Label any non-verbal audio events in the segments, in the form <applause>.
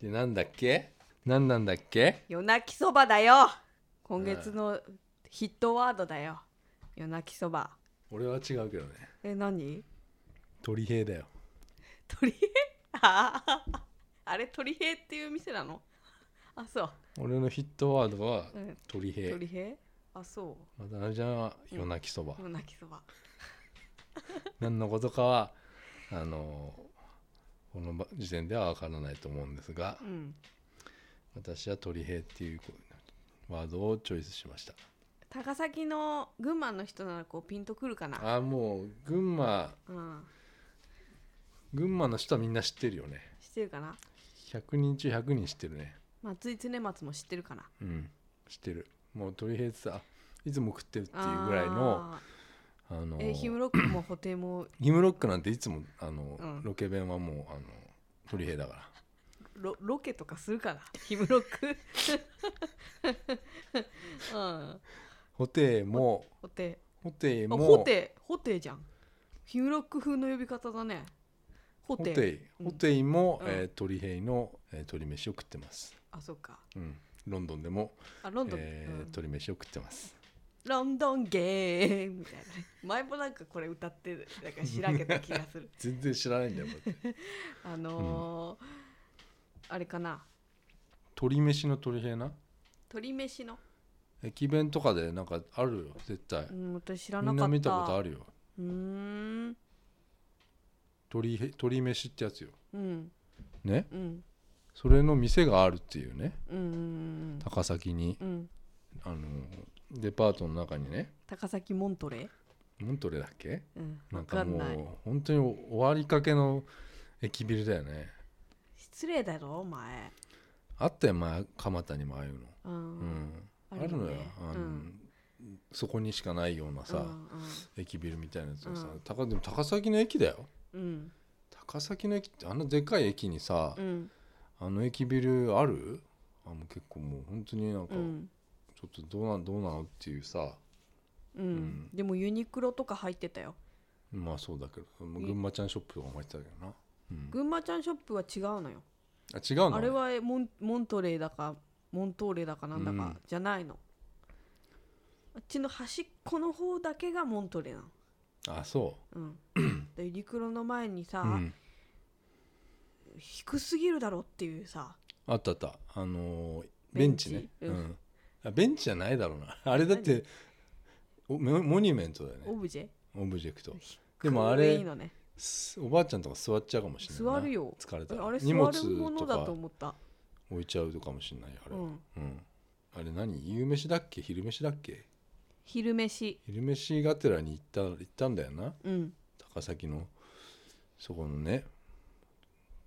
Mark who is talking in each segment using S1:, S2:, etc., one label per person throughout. S1: でなんだっけ何なんだっけ
S2: 夜泣きそばだよ今月のヒットワードだよ夜泣きそば
S1: 俺は違うけどね
S2: え何
S1: 鳥平だよ
S2: 鳥平あああれ鳥平っていう店なのあそう、
S1: 俺のヒットワードは
S2: うん、
S1: 鳥平
S2: 鳥平あそ
S1: 渡辺ちゃんは夜泣きそば、
S2: う夜泣きそば
S1: 何のことかはあのこの時点では分からないと思うんですが
S2: うん
S1: 私は鳥平っていうワードをチョイスしました
S2: 高崎の群馬の人ならこうピンとくるかな
S1: あーもう群馬
S2: うん
S1: 群馬の人はみんな知ってるよね
S2: 知ってるかな
S1: 100人中100人知ってるね
S2: 松井常松も知ってるかな
S1: うん知ってるもう鳥平ってさいつも食ってるっていうぐらいの
S2: あ
S1: あの
S2: ーえヒムロックも布袋も
S1: ヒムロックなんていつもあの、
S2: うん
S1: ロケ弁はもうあの鳥平だから
S2: ロロケとかするかなヒムロックうん
S1: ホテイも
S2: ホテ
S1: ホテイ
S2: あ
S1: も
S2: ホテホテじゃんヒムロック風の呼び方だねホ
S1: ホ
S2: テ
S1: テイ
S2: うん
S1: ホテイも、
S2: うん
S1: えー鳥平の、えー鶏飯を食ってます、
S2: あそっか
S1: うん、ロンドンでも、
S2: あロンドン、
S1: えー
S2: うん
S1: 鶏飯を食ってます
S2: ロンドンゲーみたいな <laughs> 前もなんかこれ歌ってなんかしらけた気が
S1: <laughs>
S2: する
S1: 全然知らないんだよだって
S2: あのーあれかな
S1: 鶏飯の <laughs> 鳥平な
S2: 鶏飯の
S1: 駅弁とかでなんかあるよ絶対
S2: うん私知らなか
S1: み
S2: っ
S1: ん
S2: た
S1: な見たことあるよ
S2: うーん
S1: 鳥へ鳥飯ってやつよ
S2: うん
S1: ね
S2: うん
S1: それの店があるっていうね
S2: うんうん
S1: 高崎に
S2: うんうん
S1: あのデパートの中にね
S2: 高崎モントレ
S1: モントレだっけ
S2: ーうん
S1: な
S2: わ
S1: んか
S2: かん
S1: も
S2: ないう
S1: 本当に終わりかけの駅ビルだよね
S2: 失礼だろお前
S1: あったよ前蒲田にもああいうの
S2: う
S1: うんんあ
S2: あるよね
S1: るのよあの
S2: うん
S1: そこにしかないようなさ、
S2: う
S1: 駅ビルみたいなやつをさ、
S2: うん
S1: 高でも高崎の駅だよ
S2: んうん
S1: 高崎の駅ってあんなでかい駅にさ、
S2: うん
S1: あの駅ビルあるあもう結構もう本当になんか
S2: うんうん
S1: ちょっとどうなんどうなのっていうさ
S2: うんでもユニクロとか入ってたよ
S1: まあそうだけどもう群馬ちゃんショップとかも入ってたけどな、うん
S2: 群馬ちゃんショップは違うのよ
S1: あ違うの
S2: あれはモンモントレーだかモントーレだかなんだ
S1: う
S2: か
S1: ん
S2: じゃないの、あっちの端っこの方だけがモントレーなの
S1: あそ
S2: うん、
S1: <clears throat>
S2: でユニクロの前にさ、
S1: う、うん、
S2: 低すぎるだろっていうさ
S1: あったあったあのーベ
S2: ベ
S1: ン
S2: ン
S1: チ
S2: チ
S1: ね
S2: うん
S1: うんあベンチじゃないだろうなあれだっておモモニュメントだよ
S2: オ
S1: ね
S2: ブジェ
S1: オブジェクト
S2: 低
S1: でもあ
S2: い
S1: れ
S2: いいのね
S1: すおばあちゃんとか座っちゃうかもしれないな
S2: 座るよ
S1: 疲れたら
S2: あれ座
S1: 荷物
S2: るもの
S1: と
S2: だと
S1: か
S2: 思った
S1: 置いちゃうかもしれないあれ、
S2: う
S1: うん
S2: ん
S1: あれ何夕飯だっけ昼飯だっけ
S2: 昼飯
S1: 昼飯がてらに行った行ったんだよな
S2: うん
S1: 高崎のそこのね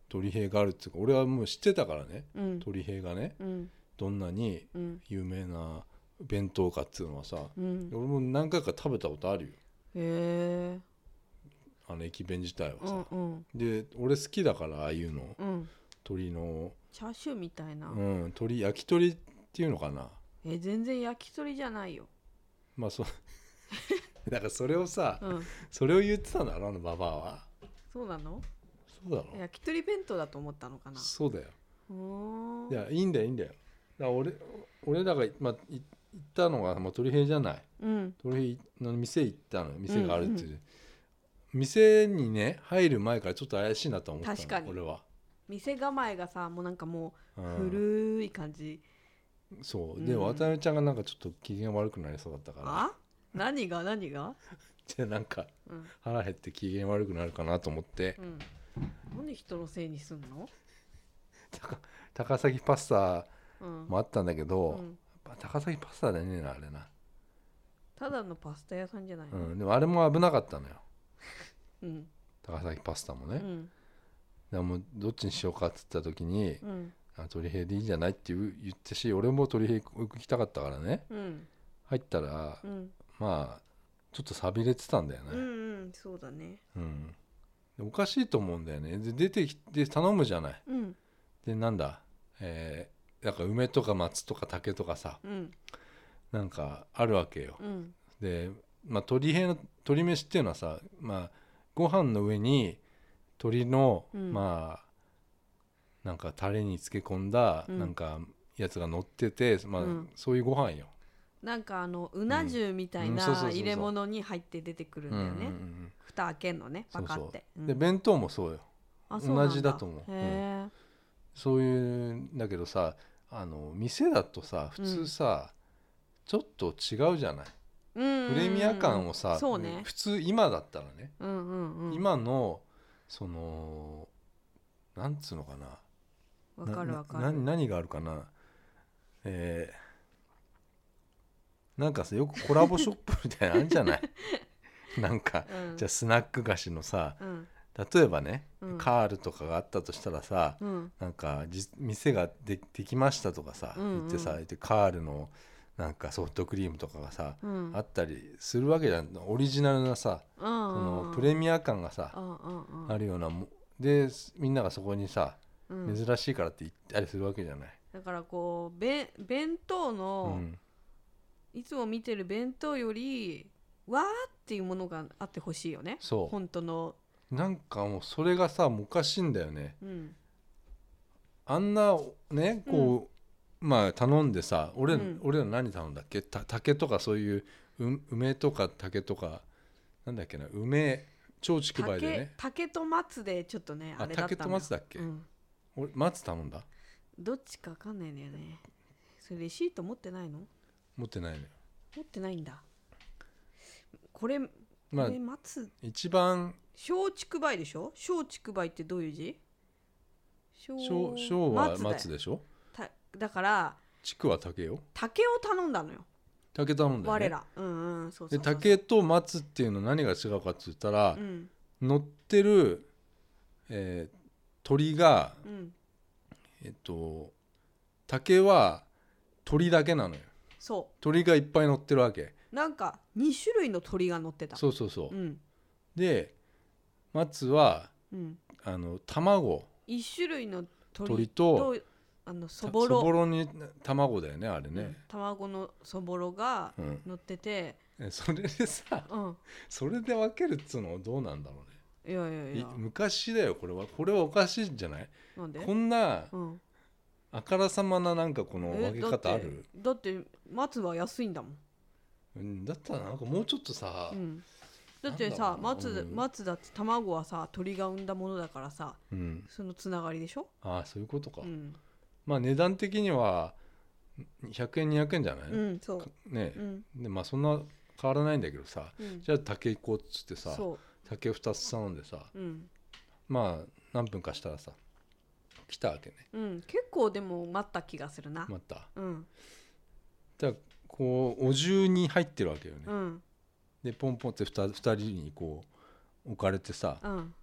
S1: 鳥平があるっていうか俺はもう知ってたからね
S2: うん
S1: 鳥平がね
S2: うん
S1: どんなに
S2: うん
S1: 有名な弁当かっつうのはさ、
S2: うんへ
S1: 俺も何回か食べたことあるよ
S2: え
S1: あの駅弁自体は
S2: う
S1: さ、
S2: んうん
S1: で俺好きだからああいうの
S2: うん
S1: 鳥の、
S2: チャーシューみたいな、
S1: うん、鳥焼き鳥っていうのかな
S2: え全然焼き鳥じゃないよ
S1: まあ
S2: <laughs>
S1: そうだからそれをさ、
S2: うん
S1: それを言ってたんだろあのババアは
S2: そうなの
S1: そうだろ
S2: 焼き鳥弁当だと思ったのかな
S1: そうだよ
S2: うーん
S1: いやいいんだよいいんだよだから俺俺らが、まあ、い行ったのが、まあ、鳥平じゃない
S2: うん
S1: 鳥平の店行ったの店があるっていう、店にね入る前からちょっと怪しいなと思ったの
S2: 確かに
S1: 俺は、
S2: 店構えがさもうなんかも
S1: う
S2: うん古い感じ、
S1: そうで
S2: うん
S1: 渡辺ちゃんがなんかちょっと機嫌悪くなりそうだったから
S2: あ何が何が
S1: <laughs> でなんか
S2: うん
S1: 腹減って機嫌悪くなるかなと思って
S2: うんなんで人のせいにすんの
S1: 高高崎パスタ
S2: うん、
S1: もあったんだけど、
S2: うん
S1: やっぱ高崎パスタだねえなあれな、
S2: ただのパスタ屋さんじゃないの
S1: うん、でもあれも危なかったのよ
S2: うん
S1: 高崎パスタも
S2: う
S1: ね、だか
S2: ん
S1: らもうどっちにしようかっつった時に
S2: う、ん
S1: あ鳥平でいいんじゃないって言う言ったし俺も鳥平行きたかったからね
S2: うん
S1: 入ったら、
S2: うん
S1: まあちょっとさびれてたんだよ
S2: うん
S1: ね、
S2: うんそうだね
S1: うんでおかしいと思うんだよねで出てきて頼むじゃない
S2: うん
S1: でなんだえーなんか梅とか松とか竹とかさ
S2: うん
S1: なんかあるわけよ
S2: うん
S1: で、まあ、鳥平の鳥飯っていうのはさ、まあ、ご飯の上に鳥の、
S2: うん
S1: まあなんかタレに漬け込んだ
S2: うん
S1: なんかやつが乗ってて、まあ
S2: うん
S1: そういうご飯よ、
S2: なんかあのうな重みたい
S1: うん
S2: な
S1: そうそうそうそう
S2: 入れ物に入って出てくるんだよ
S1: うんうんう
S2: ね
S1: ん
S2: 蓋開けんのねパカ
S1: そう
S2: っ
S1: そう
S2: てうん
S1: で弁当もそうよ
S2: あそうなん
S1: 同じだと思う
S2: へえ
S1: そういうんだけどさあの店だとさ普通さ、ちょっと違うじゃないプ
S2: プ
S1: レミア感をさ、
S2: そうね
S1: 普通今だったらね、
S2: うんうんうん
S1: 今のそのなんつうのかな
S2: わかる
S1: な
S2: わか
S1: な
S2: る
S1: 何何があるかなえーなんかさよくコラボショップみたいなのあるじゃ
S2: <laughs>
S1: ないなんか
S2: うん
S1: じゃあスナック菓子のさ
S2: うん
S1: 例えばね、
S2: うん
S1: カールとかがあったとしたらさ、
S2: うん
S1: なんかじ店がでできましたとかさ、
S2: うんう
S1: 言
S2: ん
S1: ってさでカールのなんかソフトクリームとかがさ、
S2: うん
S1: あったりするわけじゃんオリジナルなさ、
S2: うん
S1: そ
S2: うん
S1: のプレミア感がさ、
S2: うんうんうん
S1: あるようなもでみんながそこにさ、
S2: うん
S1: 珍しいからって言ったりするわけじゃない。
S2: だからこうべん弁当
S1: う
S2: の
S1: ん
S2: いつも見てる弁当よりわーっていうものがあってほしいよね
S1: そう
S2: 本当の
S1: なんかもうそれがさもうおかしいんだよね
S2: うん
S1: あんなねこう、まあ頼んでさ俺,、
S2: うん
S1: 俺ら何頼んだっけた竹とかそういうう梅とか竹とかなんだっけな梅超竹梅で
S2: 竹
S1: ね
S2: 竹と松でちょっとね
S1: あ
S2: あれだっ
S1: 竹
S2: たんだ
S1: と松だっけ、
S2: うん
S1: 俺松頼んだ
S2: どっちかわかんないんだよねそれレシート持ってないの
S1: 持ってないのよ
S2: 持ってないんだこれこ
S1: まあ
S2: れ松
S1: 一番
S2: 小竹梅でしょ小竹梅ってどういう字
S1: 小小は松
S2: だよ
S1: でしょ
S2: ただから
S1: 竹は竹よ
S2: 竹を頼んだのよ
S1: 竹頼んだよ、ね、
S2: 我らうんうんそうそ
S1: で
S2: うそうそう
S1: 竹と松っていうの何が違うかっつったら
S2: う、ん
S1: 乗ってる、えー鳥が
S2: うん
S1: えっと竹は鳥だけなのよ
S2: そ
S1: 鳥がいっぱい乗ってるわけ
S2: うなんか2種類の鳥が乗ってた
S1: そうそうそう、
S2: うん
S1: で松は
S2: うん
S1: あの卵
S2: 1種類の
S1: 鳥
S2: 鳥
S1: と
S2: とあのそ
S1: た
S2: ぼろ
S1: そぼろに卵だよねあれ
S2: うん
S1: ね、
S2: 卵のそぼろが
S1: うん
S2: 乗ってて
S1: えそれでさ
S2: うん
S1: それで分けるっつうのはどうなんだろ
S2: いやいうや
S1: ね
S2: い
S1: い
S2: や
S1: 昔だよこれはこれはおかしいんじゃない
S2: なんで
S1: こんな
S2: うん
S1: あからさまななんかこの
S2: え
S1: 分け方ある
S2: だってだって松は安いんだもん、
S1: うんだったらなんかもうちょっとさ、
S2: うん、だって
S1: な
S2: さ
S1: んだろう
S2: 松,、
S1: うん
S2: 松だって卵はさ鳥が産んだものだからさ
S1: うん
S2: そのつながりでしょ、
S1: ああそういうことか、
S2: うん
S1: まあ値段的には100円200円じゃない、
S2: うん、そう、
S1: ね
S2: うん
S1: でまあそんな変わらないんだけどさ
S2: うん、
S1: じゃあ竹行こうっつってさ
S2: そ
S1: 竹2つ頼んでさ
S2: う、うん
S1: まあ何分かしたらさ来たわけね
S2: うん、結構でも待った気がするな、
S1: また
S2: うん
S1: だからこうお重に入ってるわけよね、
S2: うん
S1: でポンポンって 2, 人にこう置かれてさ
S2: うん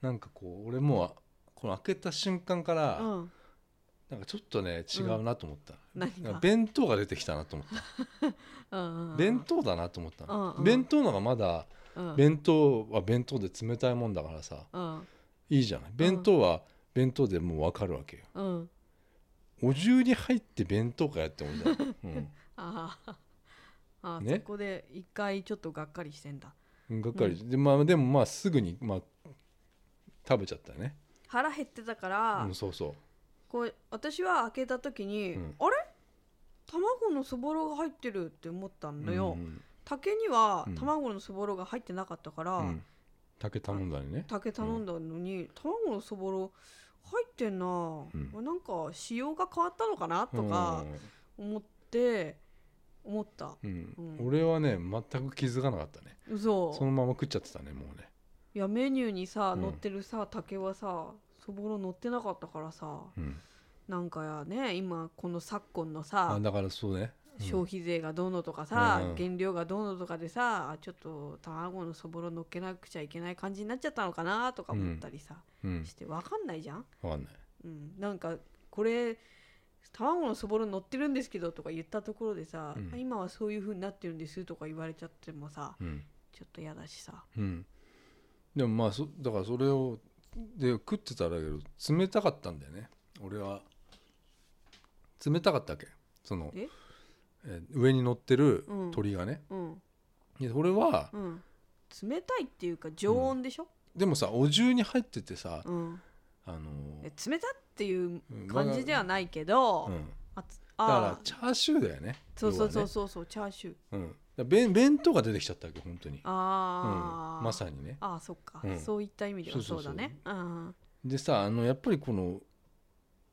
S1: なんかこう俺もうこの開けた瞬間から、
S2: うん
S1: なんかちょっとね違うなと思った、
S2: 何
S1: なんか
S2: か
S1: 弁当が出てきたなと思った
S2: うんうん
S1: 弁当だなと思ったの、
S2: うんうん
S1: 弁当のがまだ
S2: うん
S1: 弁当は弁当で冷たいもんだからさ
S2: うん
S1: いいじゃない弁当は弁当でもう分かるわけよ
S2: うん
S1: お重に入って弁当かやって思ったよ、
S2: <laughs> あーあー、
S1: ね
S2: そこで一回ちょっとがっかりしてんだ
S1: うん、がっかり、でまあでもまあすぐに、まあ、食べちゃったよね
S2: 腹減ってたから、
S1: うんそうそう
S2: こう私は開けた時に、
S1: うん
S2: あれ卵のそぼろが入ってるって思ったのよ、
S1: うん
S2: 竹には
S1: うん
S2: 卵のそぼろが入ってなかったから、
S1: うん竹頼んだりね
S2: 竹頼んだのに、卵のそぼろ入ってんな、
S1: ん
S2: あなんか仕様が変わったのかなとか思って思った
S1: うん、うん
S2: うん
S1: 俺はね全く気づかなかったね
S2: 嘘
S1: そのまま食っちゃってたねもうね
S2: いやメニューにさ
S1: うん
S2: 載ってるさ竹はさそぼろ載ってなかったからさ
S1: うん
S2: なんかやね今この昨今の
S1: あ
S2: さ
S1: だからそうね、うん
S2: 消費税がどうのとかさ、
S1: うん
S2: 原料がどうのとかでさあちょっと卵のそぼろ乗っけなくちゃいけない感じになっちゃったのかなとか思ったりさ、
S1: うん
S2: してわかんないじゃん、
S1: 分かんない
S2: うん、なんかこれ卵のそぼろ乗ってるんですけどとか言ったところでさ、
S1: うん
S2: あ今はそういう風になってるんですとか言われちゃってもさ
S1: うん
S2: ちょっと嫌だしさ
S1: うん、でもまあそだからそれをで食ってたらだけど冷たかったんだよね俺は冷たかったわけその
S2: え
S1: えー上に乗ってる
S2: うん
S1: 鳥がね、
S2: うん
S1: で俺は
S2: うん冷たいっていうか常温でしょ
S1: でもさお重に入っててさ、
S2: うん
S1: あのー
S2: え冷たっていう
S1: うん
S2: 感じではないけど、
S1: うん、
S2: あつ
S1: だから
S2: あー
S1: チャーシューだよね
S2: そうそう
S1: 要
S2: そ
S1: は
S2: う
S1: ね
S2: そうそうチャーシュー
S1: うん、だから弁弁当が出てきちゃったわけ本当に
S2: ああ、
S1: うん、まさにね
S2: ああそっか、
S1: うん
S2: そういった意味ではそうだねうん
S1: でさあのやっぱりこの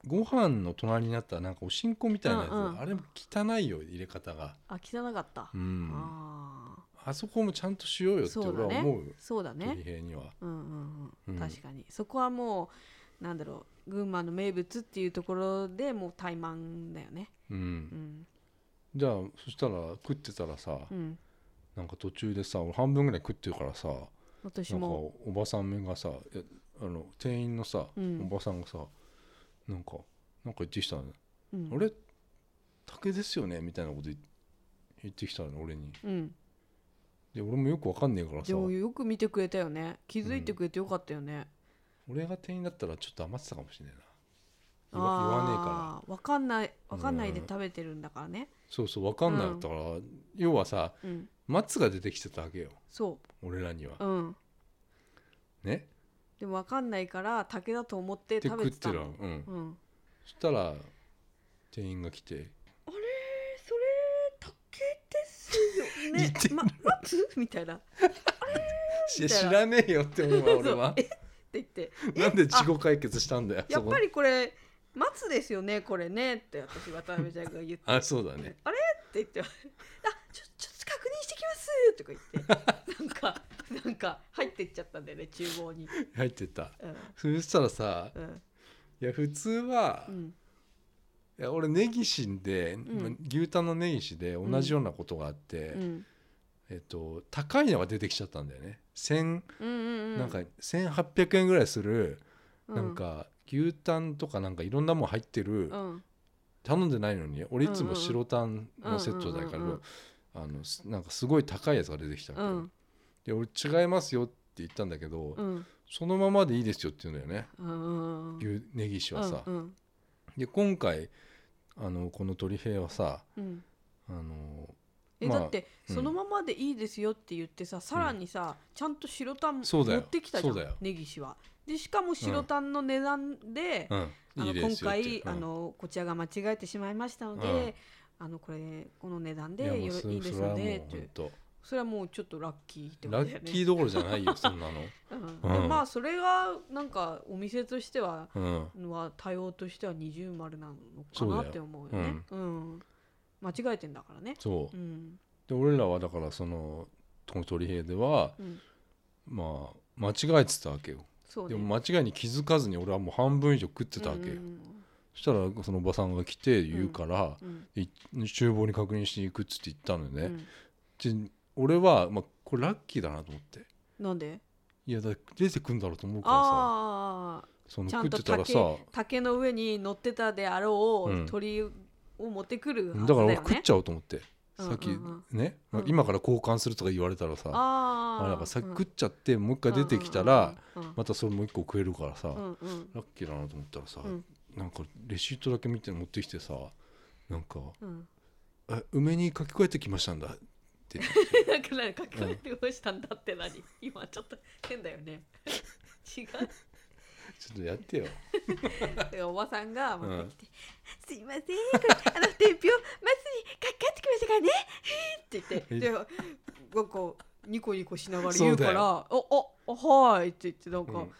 S1: ご飯の隣になったなんかおしんこみたいなやつ、
S2: うんうん
S1: あれも汚いよ入れ方が、
S2: あ汚かった、
S1: うん、あ
S2: ああ
S1: そこもちゃんとしようよって
S2: そう
S1: 俺は
S2: だね
S1: 思うよ
S2: そうだね
S1: 鳥平には、
S2: うんうんうん、
S1: うん
S2: 確かにそこはもうなんだろう群馬の名物っていうところでもう怠慢だよね
S1: う、
S2: うんん
S1: じゃあそしたら食ってたらさ、
S2: うん
S1: なんか途中でさ俺半分ぐらい食ってるからさなんか
S2: 私も
S1: おばさんめがさえあの店員のさ、
S2: うん
S1: おばさんがさなんかなんか言ってきたの、ね
S2: うん
S1: あれ竹ですよねみたいなこと言言ってきたのね俺に
S2: うん
S1: で俺もよくわかんねえから
S2: で
S1: さ
S2: もよく見てくれたよね気づいてくれてよかったよね、
S1: 俺が店員だったらちょっと余ってたかもしれないな
S2: あ
S1: 言わ言わねえから
S2: あーわかんないわかんないで食べてるんだからね
S1: そうそうわかんなかったから、要はさ
S2: うん、
S1: 松が出てきてたわけよ
S2: そ
S1: 俺らには
S2: ううん
S1: ね
S2: でもわかんないから竹だと思って
S1: で食
S2: 食べ
S1: って
S2: た
S1: てる
S2: の
S1: わうん
S2: うん
S1: そしたら店員が来て
S2: えそれ竹ですよ
S1: 言
S2: ね
S1: ってんの
S2: ま松みたいなっ
S1: し知らねえよって思うわ俺は
S2: て言って
S1: なんで自己解決したんだよ
S2: やっぱ
S1: り
S2: りこれ松ですよねこれねって私渡辺ちゃんが言って
S1: あそうだね
S2: あれって言って「あちょちょっと確認してきます」とか
S1: <laughs>
S2: 言ってなんかなんか入ってっちゃったんだよね厨房に。
S1: 入ってた
S2: うん
S1: そしたらさ
S2: うん
S1: いや普通は、
S2: う
S1: い
S2: ん
S1: や俺根岸で、
S2: ん
S1: まあ牛タンの根岸で同じようなことがあって、
S2: うん
S1: えっと、高いのが出てきちゃったんだよね千
S2: うんうん
S1: なんか1800円ぐらいする、
S2: う
S1: なんか牛タンとかなんかいろんなもん入ってる、
S2: うん
S1: 頼んでないのに俺いつ
S2: うんうんう
S1: も
S2: ん
S1: 白タンのセットだから、
S2: うんうんうんうん
S1: あのすなんかすごい高いやつが出てきたわ
S2: う
S1: けよ
S2: ん
S1: で俺違いますよって言ったんだけど、
S2: うん
S1: そのままでいいですよって言うんだよね
S2: うんうん
S1: 牛根岸はさ。
S2: うんうん
S1: で今回あのこの鳥平はさ
S2: うん
S1: あの
S2: え
S1: まあ
S2: だって
S1: うん
S2: そのままでいいですよって言ってささらにさちゃんと白タン持
S1: そうだよ
S2: ってきたじゃ
S1: そうだよ
S2: ん根岸は。でしかも白タンの値段で
S1: うん、
S2: あ
S1: い
S2: の
S1: いで
S2: 今
S1: すよって
S2: 回、あのこちらが間違えてしまいましたので、あのこれこの値段
S1: う
S2: で
S1: んいや
S2: よ
S1: も
S2: いういです
S1: そ
S2: の
S1: それはもう
S2: でって
S1: 本当
S2: それはもうちょっとラッキーってこと
S1: ラ
S2: だよ
S1: ッ
S2: ね
S1: キーどころじゃないよそんなの。
S2: うん
S1: うん
S2: まあそれがなんかお店としては
S1: うん
S2: は対応としては二重丸なのか
S1: そうだ
S2: な
S1: よ
S2: って思うよねうん、間違えてんだからね
S1: そうう、
S2: ん
S1: で俺らはだからそのこの鳥平では
S2: うん
S1: まあ間違えてたわけよ、
S2: そう
S1: で
S2: ね
S1: も間違いに気づかずに俺はもう半分以上食ってたわけよ、
S2: うん
S1: そしたらそのおばさんが来て言うから、
S2: うん
S1: い厨房に確認していくっつって言ったのよ
S2: う
S1: ね、
S2: ん
S1: で俺は、まあ、これラッキーだなと思って
S2: なんで
S1: いやだ出てくんだろうと思うからさ
S2: ああ
S1: その
S2: ちゃん
S1: 食っ
S2: と
S1: てたら
S2: 竹
S1: さ
S2: 竹の上に乗ってたであろう、
S1: うん
S2: 鳥を持ってくるはず
S1: だか
S2: だよ
S1: ら
S2: ね
S1: 俺食っちゃおうと思って、
S2: うん
S1: さっき
S2: うん
S1: ね、
S2: うん
S1: 今から交換するとか言われたらさ、あ
S2: あー
S1: れだからさっき
S2: うん
S1: 食っちゃってもう一回出てきたら、
S2: うんうん
S1: またそれもう一個食えるからさ、
S2: うんうん
S1: ラッキーだなと思ったらさ、
S2: うん
S1: なんかレシートだけ見て持ってきてさなんか
S2: うんうん <laughs>
S1: 「え梅に書き換えてきましたんだ」って言って
S2: だから書き換えてどうしたんだって何、今ちょっと変だよね <laughs> 違
S1: ち
S2: う
S1: ょっとやってよ
S2: でおばさんが持ってきて「すいませんこれあの天平まずに書き換えてきましたからね」って言ってでなんかニコニコしながら言うか
S1: そうだ
S2: ら「おおおはーい」って言ってなんか、
S1: うん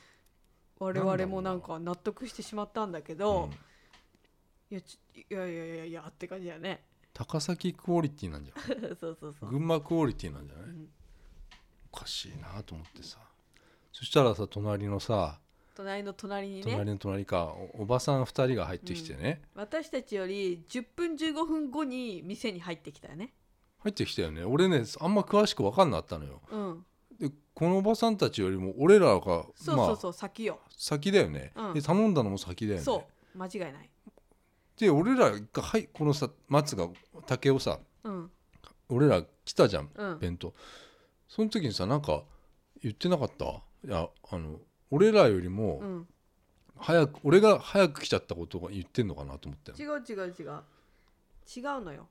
S2: 我々もなんか納得してしまったんだけど、
S1: うん
S2: いやちいやいやいやいやって感じだよね <laughs>
S1: 高崎クオリティなんじゃない
S2: そうそうそう、
S1: 群馬クオリティなんじゃない、
S2: うん
S1: おかしいなと思ってさそしたらさ隣のさ
S2: 隣の隣にね
S1: 隣の隣かおおばさん2人が入ってきてね、
S2: 私たちより10分15分後に店に入ってきたよね
S1: 入ってきたよね俺ねあんま詳しく分かんなかったのよ
S2: うん
S1: でこのおばさんたちよりも俺らが
S2: そう
S1: ま
S2: そう
S1: あ
S2: そう、先よ
S1: 先だよね、
S2: うん
S1: で頼んだのも先だよね
S2: そう間違いない
S1: で俺らがはいこのさ松が竹をさ
S2: うん
S1: 俺ら来たじゃん
S2: うん
S1: 弁当その時にさなんか言ってなかったいやあの俺らより
S2: う
S1: も
S2: ん
S1: 早く、俺が早く来ちゃったことが言ってんのかなと思ったよ
S2: 違う違う違う違うのよ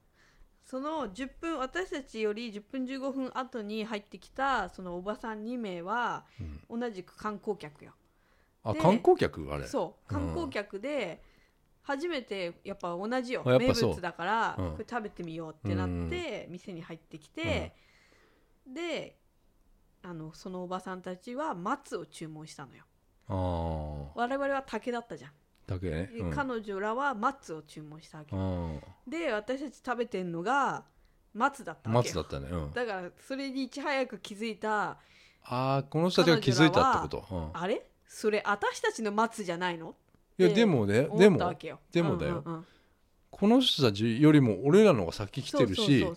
S2: その10分私たちより10分15分後に入ってきたそのおばさん2名は
S1: うん
S2: 同じく観光客よ
S1: あ
S2: で
S1: 観光客あれ
S2: そう観光客で初めてやっぱ同じよ
S1: あやっ
S2: 名
S1: ぱそう
S2: 物だから、
S1: うん
S2: これ食べてみようってなって、店に入ってきて、であのそのおばさんたちは松を注文したのよ
S1: ああ
S2: 我々は竹だったじゃん、
S1: だけね、うん、
S2: 彼女らは松を注文したわけ、
S1: うん
S2: で私たち食べてんのが松だったわけ
S1: 松
S2: よ
S1: だったね、うん、
S2: だからそれにいち早く気づいた
S1: ああこの人たちが気づいたってこと、うん
S2: あれそれ私たちの松じゃないの
S1: いやでもねで
S2: 思ったわ
S1: も
S2: けよ
S1: でもだよ
S2: うんうんうん
S1: この人たちよりも俺らの方が先来てるし
S2: そうそう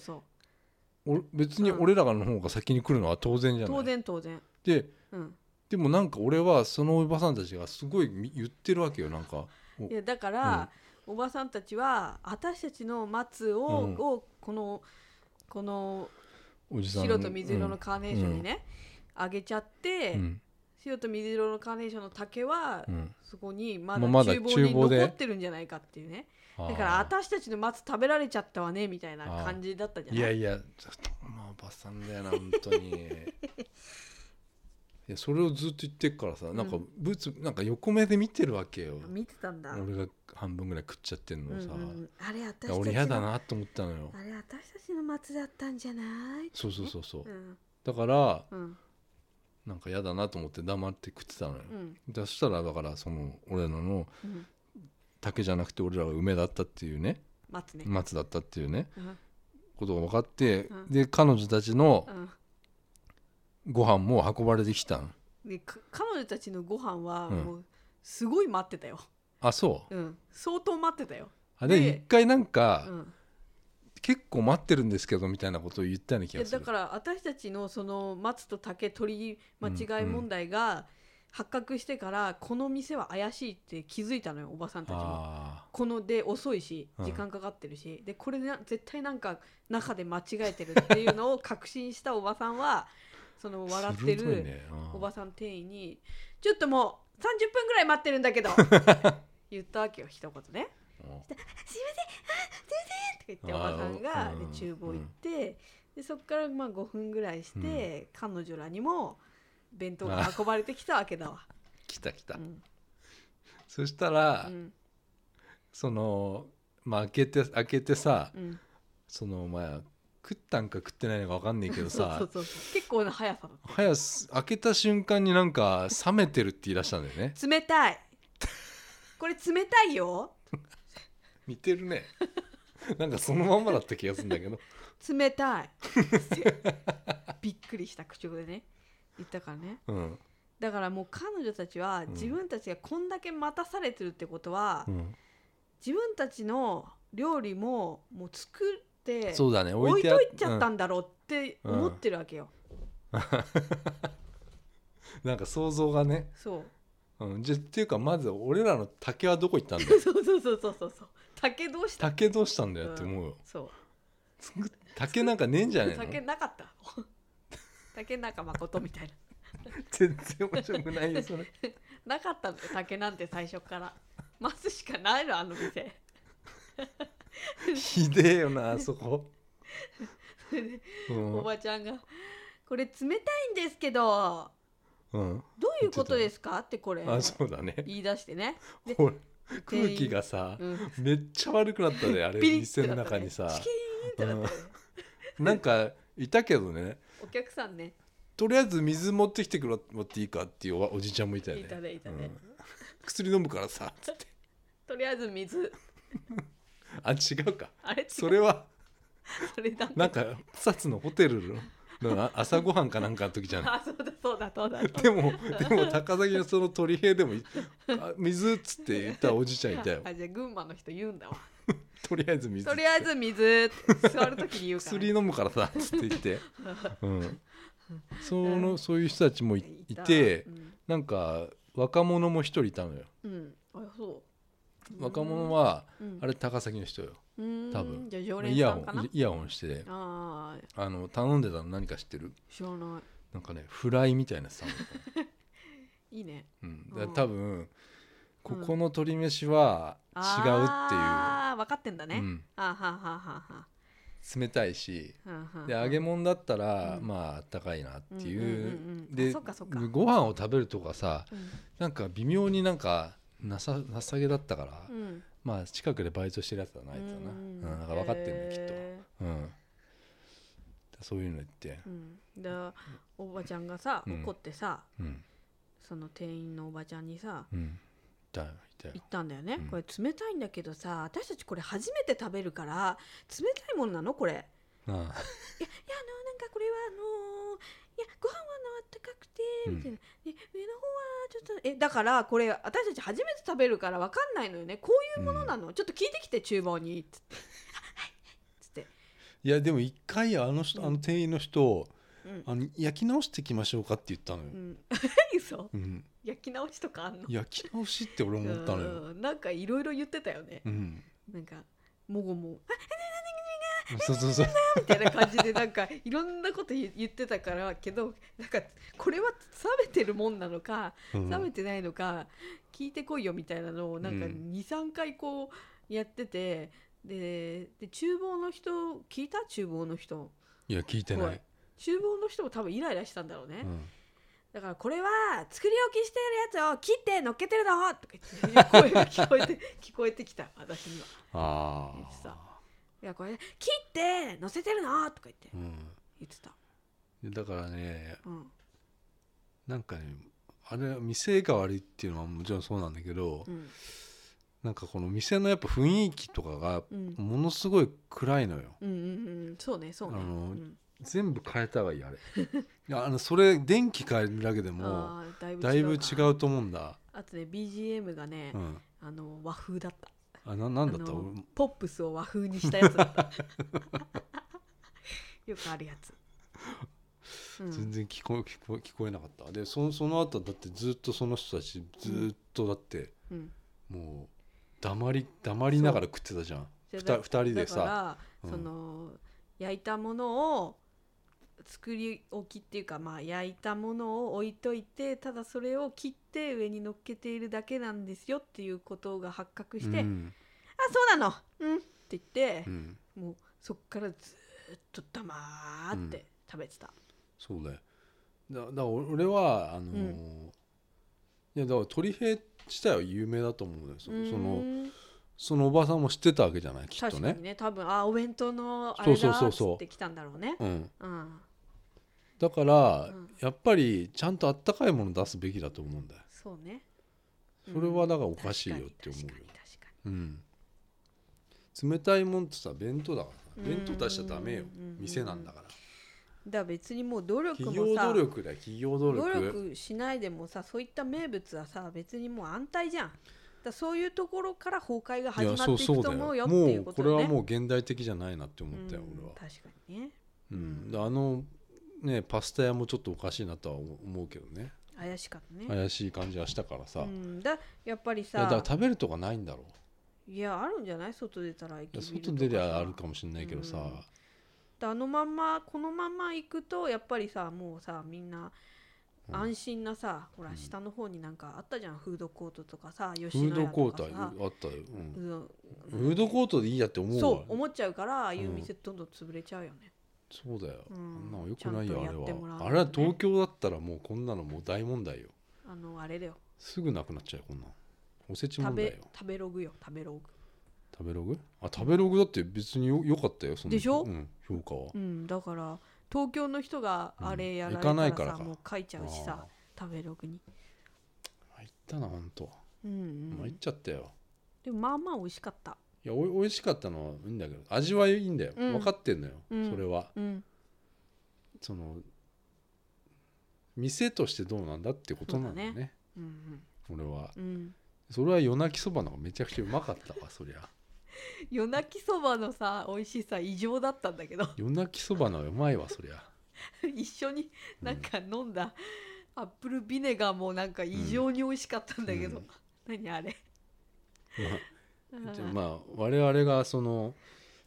S2: そう
S1: お別に俺らの方が先に来るのは当然じ
S2: そう
S1: ゃない
S2: 当然当然
S1: で
S2: うん
S1: でもなんか俺はそのおばさんたちがすごいみ言ってるわけよなんかお
S2: いやだから、おばさんたちは私たちの松を,、
S1: うん
S2: をこのこの
S1: おじさん
S2: 白と水色のカーネーションにね、あげちゃって、
S1: うんうん
S2: 白と水色のカーネーションの竹は、
S1: うん
S2: そこにま
S1: まあま
S2: だ
S1: だ
S2: 厨房に
S1: 厨房で
S2: 残ってるんじゃないかっていうね
S1: あー
S2: だから私たちの松食べられちゃったわねみたいな感じだったじゃない
S1: いやいやちょっとまあおばさんだよな本当に <laughs> いやそれをずっと言ってっからさなんか
S2: う
S1: ブーツなんか横目で見てるわけよ、
S2: 見てたんだ、
S1: 俺が半分ぐらい食っちゃってんのをさ、
S2: うんうんうんあれ
S1: い
S2: 私
S1: や
S2: たち
S1: 俺
S2: の
S1: 嫌だなと思ったのよ
S2: あれ私たちの松だったんじゃない
S1: そうそうそうそう、
S2: うん
S1: だから
S2: うん
S1: なんか嫌だなと思って黙って食ってたのよ、
S2: うん
S1: でそしたらだからその俺らの
S2: うん
S1: 竹じゃなくて俺らが梅だったっていうね
S2: 松ね、
S1: 松だったっていうね
S2: うん
S1: ことが分かって、
S2: うん
S1: で彼女たちの
S2: うん
S1: ご飯も運ばれてきたん
S2: でか彼女たちのご飯は
S1: うん
S2: もうすごい待ってたよ、
S1: あそう
S2: うん、相当待ってたよ、
S1: あで
S2: で
S1: 一回なんか、
S2: うん、
S1: 結構待ってるんですけどみたいなことを言ったような気
S2: い
S1: が
S2: や
S1: する
S2: だから私たちのその松と竹取り間違い問題が発覚してからこの店は怪しいって気づいたのよおばさんたちも。
S1: あ
S2: こので遅いし
S1: うん
S2: 時間かかってるし、でこれでな絶対なんか中で間違えてるっていうのを確信したおばさん
S1: <laughs>
S2: はその
S1: ー
S2: 笑って
S1: 鋭い
S2: る
S1: ねうん
S2: おばさん店員に「ちょっともう30分ぐらい待ってるん
S1: <laughs>
S2: だけど」言ったわけよ一言ね。
S1: うん
S2: って言っておばさん
S1: あー
S2: が
S1: うん
S2: で厨房行って、でそこからまあ5分ぐらいして、彼女らにも弁当が運ばれてきたわけだわ。
S1: 来た来た、
S2: うん
S1: そしたら、
S2: うん
S1: そのまあ開けて開けてさ、
S2: うん
S1: そのまあ食ったんか食ってないのか分かんないけど
S2: <laughs> そう
S1: さ
S2: そうそうそう結構な速さだっ
S1: 早す開けた瞬間になんか冷めてるって言い出したんだよね
S2: た冷たいこれ冷たいよ
S1: 似てる
S2: <laughs>
S1: ねなんかそのまんまだった気がするんだけど
S2: 冷たい <laughs> ってびっくりした口調でね言ったからね
S1: うん、
S2: だからもう彼女たちは
S1: ん
S2: 自分たちがこんだけ待たされてるってことは、
S1: うん、
S2: 自分たちの料理ももう作って
S1: そうだね
S2: 置い
S1: て
S2: と
S1: あ
S2: いちゃった
S1: うん
S2: んだろうって思ってるわけよ、
S1: なんか想像がね、
S2: そう
S1: うん、じゃっていうかまず俺らの竹はどこ行ったんだよ
S2: そうそうそうそうそうそう竹どうした
S1: 竹どうしたんだよって思うよ、
S2: そう
S1: 作っ竹なんかねえんじゃねえ
S2: 竹
S1: の
S2: なかった <laughs> 竹中誠みたい
S1: 全然面白くないよそ
S2: <laughs>
S1: れ
S2: ななかったのよ竹なんて最初からますしかないのあの店
S1: ひでえよなあそこ、
S2: それで
S1: う
S2: お
S1: ん
S2: ばちゃんが「これ冷たいんですけど
S1: うん、
S2: どういうことですか?」ってこれ
S1: あそうだね
S2: 言い出してね、
S1: ほら空気がさ、
S2: うん、
S1: めっちゃ悪くなったであれ
S2: ピリッ
S1: 店
S2: て
S1: の
S2: なった
S1: 中
S2: ね
S1: にさ
S2: チキーンってなったね
S1: なんかいたけどね
S2: お客さんね
S1: とりあえず水持ってきてくれ持っていいかっていうおおじちゃんもいたよね
S2: いたねいたね、
S1: うん薬飲むからさつって
S2: とりあえず水
S1: あ違うか
S2: あれ違う
S1: そ
S2: そ
S1: れは
S2: れだ
S1: なんか草津のホテルのの朝ごはんかなんかの時じゃない
S2: あそうだそうだそうだ
S1: でもでも高崎のその鳥平でもいあ水っつって言ったおじちゃんいたよ
S2: あじゃあ群馬の人言うんだわ
S1: とりあえず水
S2: とりあえず水って座る時に言うから、
S1: 薬
S2: ね、
S1: 飲むからさっつって言って、うん、そのそういう人たちもいい
S2: た
S1: て
S2: うん、
S1: なんか若者も一人いたのよ
S2: うん、あそう
S1: 若者は
S2: うん
S1: あれ高崎の人よ
S2: うん
S1: 多分
S2: じゃあ常
S1: イ
S2: 連
S1: ヤ
S2: さん
S1: ホ
S2: か
S1: ン
S2: な
S1: イイヤホンして
S2: ああ
S1: あの頼んでたの何か知ってる
S2: 知らな
S1: なんかねフライみたいなさ、
S2: いいいね
S1: うん、だ
S2: うん
S1: 多分ここの鶏飯は違うっていう
S2: ああ分かってんだね、
S1: うん
S2: あはははは
S1: 冷たいしで揚げ物だったら、まああったかいなっていう,、
S2: うんうんうんうんあ
S1: で
S2: そっかそっか
S1: ご飯を食べるとかさ
S2: うん
S1: なんか微妙になんかなさなさげだったから、
S2: うん
S1: まあ近くでバイトしてるやつだなあいつだな、うん
S2: う
S1: なんか分かってるね、
S2: へ
S1: きっと、うん、そういうの言って
S2: ーうんでおばちゃんがさ
S1: うん
S2: 怒ってさ、
S1: うん
S2: その店員のおばちゃんにさ
S1: うんだよだよ
S2: 言ったんだよね、
S1: うん
S2: これ冷たいんだけどさ私たちこれ初めて食べるから冷たいものなのこれ
S1: あ
S2: いやあのなんかこれはあのーいやご飯はあのあったかくて
S1: うん
S2: みたいな、で上の方はちょっとえだからこれ私たち初めて食べるからわかんないのよねこういうものなの、ちょっと聞いてきて厨房にっつって「つって
S1: いやでも一回あの人あの店員の人
S2: うん、
S1: あの焼き直してきましょうかって言ったのよ
S2: う、ん、 <laughs> 嘘
S1: うん、
S2: 焼き直しとかあんの
S1: 焼き直しって俺思ったのよ、
S2: うんなんかいろいろ言ってたよね、
S1: うん、
S2: なんかもごもご <laughs> あ
S1: そうそう
S2: <laughs>
S1: そう
S2: みたいな感じでなんかいろんなこと言言ってたからけどなんかこれは冷めてるもんなのか
S1: うん
S2: 冷めてないのか聞いてこいよみたいなのをなんか
S1: うん
S2: 23回こうやっててでで厨房の人聞いた厨房の人
S1: いや聞いてな
S2: 怖
S1: い
S2: い、厨房の人も多分イライラしたんだろうね、
S1: うん、
S2: だからこれは作り置きしてるやつを切って乗っけてるのとか
S1: <laughs>
S2: 言っていう声が聞こえて聞こえてきた私には
S1: あ
S2: 言ってた
S1: あ、
S2: いやこれ切って乗せてるのとか言って
S1: う
S2: 言ってた、
S1: ん、だからね
S2: うん
S1: なんかねあれは店が悪いっていうのはもちろんそうなんだけど、
S2: うん
S1: なんかこの店のやっぱ雰囲気とかが
S2: うん、
S1: ものすごい暗いのよ
S2: うんうんうんそうねそうね
S1: あの
S2: うん、
S1: 全部変えた方がいいあれ
S2: <laughs>
S1: いやあのそれ電気変えるだけでも
S2: あーだいぶ
S1: だいぶ違
S2: か
S1: うと思うんだ、
S2: あとね BGM がね、
S1: うん、
S2: あの和風だった
S1: あななんだった
S2: あの
S1: 俺も
S2: ポップスを和風にしたやつだった <laughs> よくあるやつ、うん
S1: 全然聞こえ聞こえ聞こえなかったでそその後だってずっとその人たちずっとだって
S2: うん
S1: もう黙り黙りながら食ってたじゃん
S2: じゃ
S1: ふ
S2: あ
S1: た
S2: だ
S1: 二人で
S2: だ
S1: さ
S2: から、
S1: うん
S2: その焼いたものを作り置きっていうかまあ焼いたものを置いといてただそれを切って上に乗っけているだけなんですよっていうことが発覚して
S1: う
S2: 「あ
S1: ん
S2: そうなのうん」って言って
S1: う、ん、
S2: もうそっからずーっと黙って食べてた、
S1: そうだよだだから俺はあのー
S2: う
S1: いやだから鳥平自体は有名だと思うのよそその
S2: うん
S1: そのおばさんも知ってたわけじゃないきっと
S2: 確か
S1: ね
S2: にね多分あお弁当のあれだ
S1: そうそ
S2: っ
S1: うそう
S2: つ
S1: そう
S2: ってきたんだろうね
S1: うん、
S2: うん
S1: だから、
S2: うん
S1: やっぱりちゃんとあったかいもの出すべきだと思うんだよ
S2: そうね
S1: それはだ
S2: だ
S1: からおかしいよって思うよ
S2: 確かに、確か
S1: うん、冷たいもんってさ弁当だから
S2: うん
S1: さ弁当出しちゃダメよ
S2: うんうんうんうん
S1: 店なんだから
S2: にだから別にもう努力
S1: 企
S2: も
S1: 業
S2: さ
S1: 努力だよ企業努力
S2: 努力しないでもさそういった名物はさ別にもう安泰じゃんだからそういうところから崩壊が
S1: い
S2: 始ま
S1: や
S2: って
S1: そう
S2: い
S1: そ
S2: く
S1: うだ
S2: と思うよ
S1: よ
S2: って
S1: も
S2: いう
S1: う
S2: こ
S1: ことれ
S2: だ
S1: は
S2: ね
S1: もう現代的じゃないなって思ったよ
S2: うん
S1: 俺は
S2: 確かにね
S1: うん、
S2: う
S1: あのねパスタ屋もちょっとおかしいなとは思うけどね
S2: 怪しかったね
S1: 怪しい感じはしたからさ、
S2: う
S1: い
S2: んだやっぱり
S1: やだから
S2: さ
S1: 食べるとかないんだろ
S2: いやあるんじゃない外出たら駅
S1: う
S2: ビルと
S1: 外
S2: か
S1: 出り
S2: さ
S1: ゃあるかもしれないけどさ、
S2: うんであのまんまこのまま行くとやっぱりさもうさみんな
S1: うん
S2: 安心なさ、ほ
S1: う
S2: ら
S1: ん
S2: 下の方になんかあったじゃん、フードコートとかさ
S1: フ
S2: 吉
S1: ー
S2: 野
S1: ド
S2: 家
S1: コ
S2: と
S1: ート
S2: か
S1: は
S2: さ
S1: あったよ、うん
S2: うん
S1: フードコートでいいやって思うわ
S2: そう思っちゃうからああいう
S1: うん
S2: 店どんどん潰れちゃうよね、
S1: そうだよ、
S2: うん
S1: あんなのよくないよ
S2: ち
S1: あ
S2: ゃ
S1: れ
S2: んとやってもらわ
S1: は
S2: ないと
S1: あ
S2: ね
S1: れは東京だったらもうこんなのもう大問題よ
S2: あのあれだよ
S1: すぐなくなっちゃうよこんなのおせち
S2: 食
S1: 問題よ
S2: べ食べログよ食べログ
S1: 食べログあ食べログだって別によ良かったよその
S2: でしょ
S1: うん、評価は
S2: うんだから東京の人があれやられ
S1: うん行かな
S2: た
S1: いから
S2: らさ、
S1: か
S2: もう書いちゃうしさ食べログに
S1: 入ったな本当
S2: うん、うん
S1: 参っちゃったよ、
S2: でもまあまあ美味しかった
S1: いやおい美味しかったのはいいんだけど味はいいんだよ、
S2: うん
S1: 分かってんのよ、
S2: うん
S1: それは
S2: うん
S1: その店としてどうなんだってことなんだよね
S2: そううん
S1: 俺は
S2: うんうん
S1: それは夜泣きそばの方がめちゃくちゃうまかったわそりゃ
S2: 夜泣きそばのさ美味しさ異常だったんだけど <laughs>
S1: 夜泣きそばの方がうまいわそりゃ
S2: 一緒になんか飲んだ、アップルビネガーもなんか異常に美味しかったんだけど、
S1: うん
S2: 何あれ
S1: まあ、じゃあまあ我々がその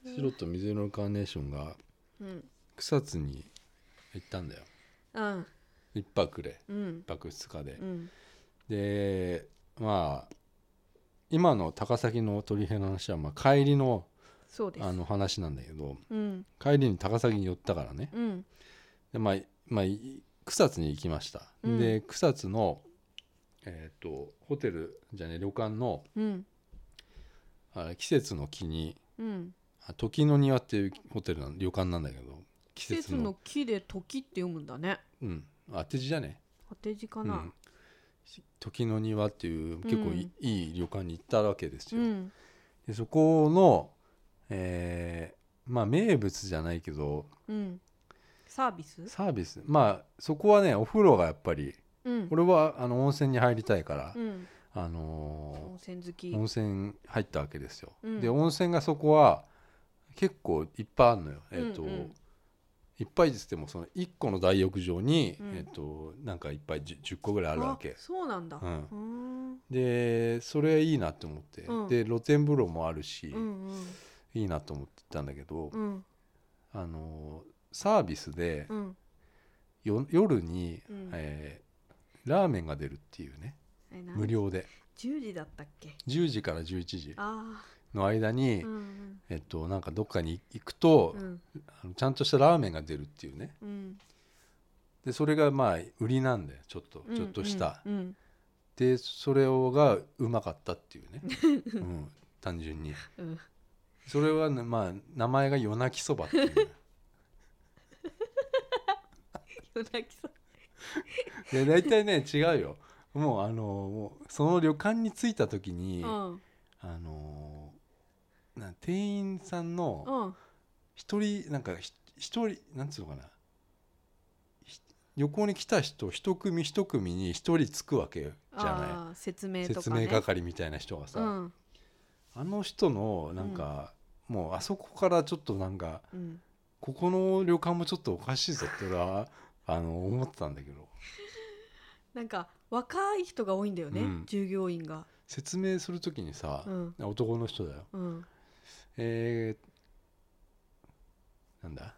S1: 白と水色のカーネーションが
S2: うん
S1: 草津に行ったんだよ
S2: うん
S1: 一泊で
S2: うん
S1: 一泊二日で
S2: う、ん
S1: でまあ今の高崎の鳥平の話はまあ帰りの
S2: そうです
S1: あの話なんだけど
S2: うん
S1: 帰りに高崎に寄ったからね
S2: うん
S1: で、まあまあ、い草津に行きました、
S2: うん
S1: で草津の、えー、とホテルじゃね旅館の
S2: うん
S1: あ季節の木に
S2: うん
S1: あ時の庭っていうホテルなん旅館なんだけど季
S2: 季節の木で時って読むんだね
S1: うん当て字じゃね
S2: 当て字か
S1: う、
S2: なん
S1: 時の庭っていう結構い,、いい旅館に行ったわけです
S2: う
S1: よ、
S2: ん
S1: でそこの、えーまあ名物じゃないけど
S2: うんサービス
S1: サービスまあそこはねお風呂がやっぱり
S2: うん
S1: 俺はあの温泉に入りたいから、
S2: うん
S1: あのー
S2: 温泉好き
S1: 温泉入ったわけですよ、
S2: うん
S1: で温泉がそこは結構いっぱいあるのよ、えっと
S2: うんうん
S1: いっぱいっつってもその1個の大浴場に、
S2: うん
S1: えっとなんかいっぱい 10, 10個ぐらいあるわけ
S2: そうなんだ
S1: うん
S2: うん
S1: でそれいいなと思って、
S2: うん
S1: で露天風呂もあるし、
S2: うん
S1: いいなと思ってたんだけど、
S2: うん
S1: あのーサービスで
S2: うん
S1: よ夜に、
S2: うん
S1: えーラーメンが出るっていうね無
S2: 無
S1: 料で
S2: 10時だったっけ
S1: 10時から11時
S2: あ
S1: の間に、
S2: あうん
S1: えっと、なんかどっかに行くと、
S2: うん
S1: あのちゃんとしたラーメンが出るっていうね
S2: うん
S1: でそれがまあ売りなんだよちょっと
S2: うん
S1: ちょっとした、
S2: うんうん
S1: でそれをがうまかったっていうね、うん、単純に
S2: うん
S1: それはね、まあ名前が夜泣きそばっていうね
S2: 夜泣きそう
S1: で大体ね違うよもうあのもうその旅館に着いた時に、
S2: うん
S1: あのな店員さんの
S2: うん
S1: 一人なんかひ一人なんつうのかなひ旅行に来た人一組一組に一人つくわけじゃない
S2: あー説明と
S1: 説
S2: かね
S1: 明係みたいな人がさ、
S2: うん
S1: あの人のなんか、もうあそこからちょっとなんか
S2: うん
S1: ここの旅館もちょっとおかしいぞって俺はあの思ってたんだけど
S2: なんか若い人が多いんだよね、
S1: うん
S2: 従業員が
S1: 説明する時にさ
S2: う、ん
S1: 男の人だよ
S2: うん
S1: えー、なんだ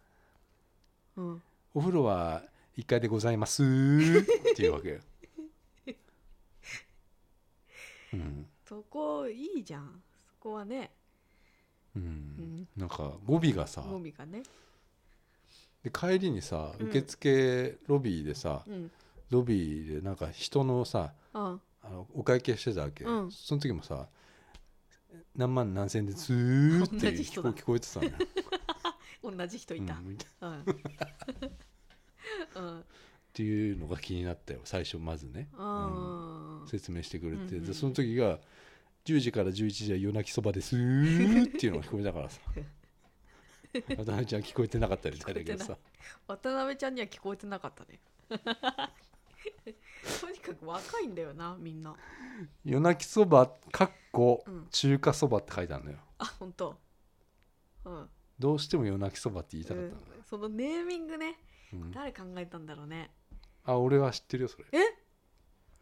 S2: うん
S1: お風呂は1階でございますっていうわ
S2: <laughs>
S1: けよ、うん
S2: そこいいじゃんそこはね
S1: うん
S2: ん
S1: なんか語尾がさ
S2: ゴミがね
S1: で帰りにさ
S2: うん
S1: 受付ロビーでさ、
S2: うん
S1: ロビーでなんか人のさ
S2: あ
S1: あのお会計してたわけ、
S2: うん
S1: その時もさ何万何千円でずーって
S2: 同じ
S1: 聞
S2: 人
S1: こ
S2: だ
S1: 聞こえてたのよ、
S2: 同じ <laughs> 人い
S1: <laughs>
S2: た、
S1: うんっ
S2: うんうん
S1: ていうのが気になったよ最初まずね、うん
S2: あー
S1: 説明してくれて、
S2: うんうんう
S1: で
S2: ん
S1: その時が10時から11時は夜泣きそばですーっていうのが聞こえたからさ渡辺ちゃん聞こえてなかったりとかだけど
S2: 聞こ
S1: さ
S2: 渡辺ちゃんには聞こえてなかったね <laughs> とにかく若いんだよなみんな
S1: 夜泣きそばかっこ
S2: うん
S1: 中華そばって書いてあるのよ
S2: あ本当うん
S1: どうしても夜泣きそばって言いたかったんだ
S2: うんそのネーミングね
S1: よ、うん
S2: 誰考えたんだろうね
S1: あ俺は知ってるよそれ
S2: え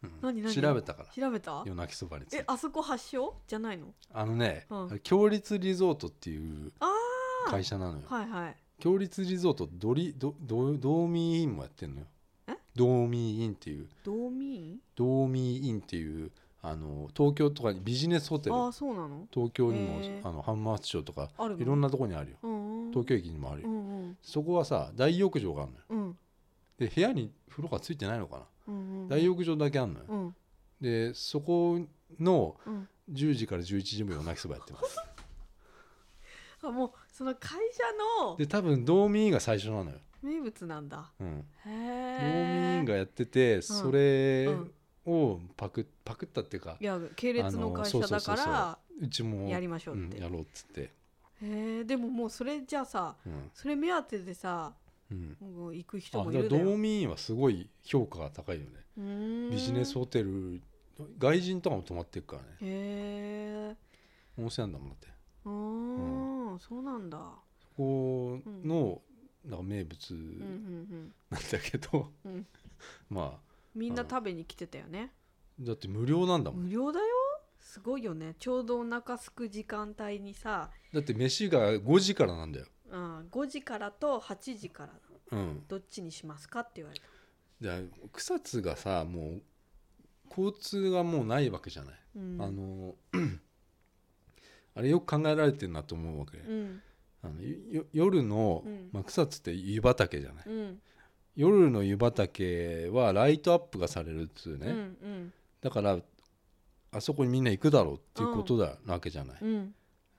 S1: うん
S2: 何何
S1: 調べたから
S2: 調べた
S1: 夜泣きそばについ
S2: え
S1: て
S2: あそこ発祥じゃないの
S1: あのね
S2: うん
S1: 強立リゾートっていう
S2: あー
S1: 会社なのよ
S2: はいはい
S1: 強立リゾートドリドドドーミーインもやってんのよ
S2: え
S1: ドーミーインっていう
S2: 道民
S1: ドーミーインっていうあの東京とかにビジネスホテル
S2: ああそうなの
S1: 東京にも
S2: へー
S1: あの浜松町とか
S2: あるの
S1: いろんなとこにあるよ
S2: うんうん
S1: 東京駅にもある
S2: う
S1: よ
S2: んうん
S1: そこはさ大浴場があるのよ
S2: うん
S1: で部屋に風呂がついてないのかな
S2: うんうん
S1: 大浴場だけあるのよ
S2: うん
S1: でそこの
S2: うん
S1: 10時から11時も夜泣きそばやってます
S2: <laughs> あもうその会社の
S1: で多分ドーミーインが最初なのよ、
S2: 名物なんだ
S1: うん、
S2: へ
S1: ドーミーイ
S2: え
S1: ンがやっててそれ
S2: うん
S1: をパクパクったっていうか
S2: いや系列の会社だか
S1: うちも
S2: らやりましょうっ
S1: う
S2: て
S1: んやろうっつって、
S2: へえでももうそれじゃあさ
S1: うん
S2: それ目当てでさ
S1: うん、
S2: もう行く
S1: あ
S2: 人もい
S1: だから
S2: る
S1: ド
S2: だ
S1: ー
S2: よ
S1: ミーインはすごい評価が高いよねビ
S2: ビ
S1: ジネスホテル外人とかも泊まってるからね
S2: へえ
S1: 温泉なんだもんだって
S2: うーんそうなんだ
S1: そこのなんか名物
S2: うんうん
S1: なんだけど、
S2: うんうん
S1: <laughs> まあ
S2: みんな食べに来てたよね
S1: だって無料なんだもん
S2: 無料だよすごいよねちょうどお腹すく時間帯にさ、
S1: だって飯が5時からなんだよ
S2: うん、5時からと8時から
S1: うん
S2: どっちにしますかって言われた
S1: だから草津がさもう交通がもうないわけじゃない、
S2: う
S1: <clears throat>
S2: ん
S1: あのあれよく考えられてるなと思うわけ、
S2: うん
S1: あのよ夜の、
S2: うん
S1: まあ、草津って湯畑じゃない、
S2: うん
S1: 夜の湯畑はライトアップがされるっつうね、
S2: うんうん
S1: だからあそこにみんな行くだろうっていうことだ、なわけじゃない、
S2: うん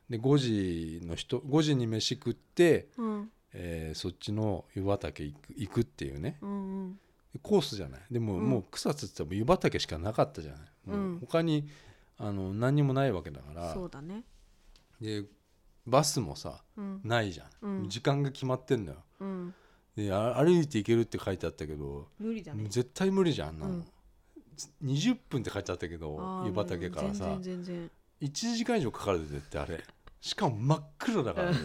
S1: で5時の人5時に飯食って、
S2: うん
S1: えーそっちの湯畑行く行くっていうね
S2: うん
S1: コースじゃないでも、
S2: うん
S1: もう草津って言ったらもう湯畑しかなかったじゃない、もう
S2: うん
S1: 他にあの何にもないわけだか
S2: そう
S1: ら
S2: だね
S1: でバスもさ
S2: うん
S1: ないじゃん、
S2: うん
S1: 時間が決まってんだよ
S2: うん
S1: であ歩いて行けるって書いてあったけど
S2: 無理だね
S1: 絶対無理じゃんあんなの、
S2: うん
S1: 20分って書いてあったけど
S2: あー
S1: 湯畑からさ
S2: 全然全然
S1: 1時間以上かかるで絶対あれしかも真っ黒だからね、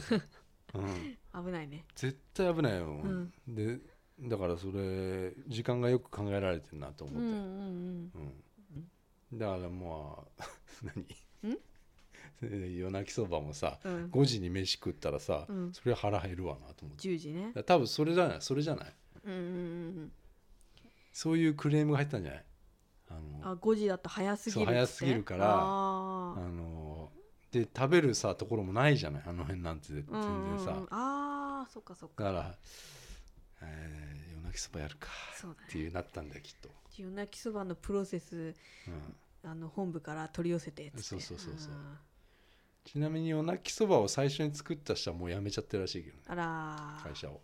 S1: うん、
S2: 危ないね
S1: 絶対危ないよ、
S2: ん
S1: でだからそれ時間がよく考えられてるなと
S2: うん
S1: 思
S2: う
S1: っ
S2: ん
S1: て、
S2: うん
S1: うん、だからまあ <laughs> 何
S2: ん
S1: え <laughs> ー夜泣きそばもさ
S2: うん
S1: 5時に飯食ったらさ、
S2: うん
S1: それは腹減るわなと思って
S2: 10時ね
S1: だから多分それじゃないそれじゃない
S2: うんうんうん
S1: そういうクレームが入ったんじゃないあ
S2: うん
S1: の
S2: あ5時だと早すぎるっつって
S1: そう早すぎるから
S2: あ
S1: あ
S2: ー
S1: ので食べるさところもないじゃないあの辺なんて全然さ、
S2: うんうんうんあーそっかそっか
S1: だから、えー夜泣きそばやるか
S2: そう
S1: っ
S2: だ
S1: て
S2: ね
S1: いうなったんだよきっと、
S2: 夜泣きそばのプロセス
S1: うん、
S2: あの本部から取り寄せてっつって
S1: そうそうそうそうんちなみに夜泣きそばを最初に作った人はもう辞めちゃってるらしいけどね
S2: あらー
S1: 会社を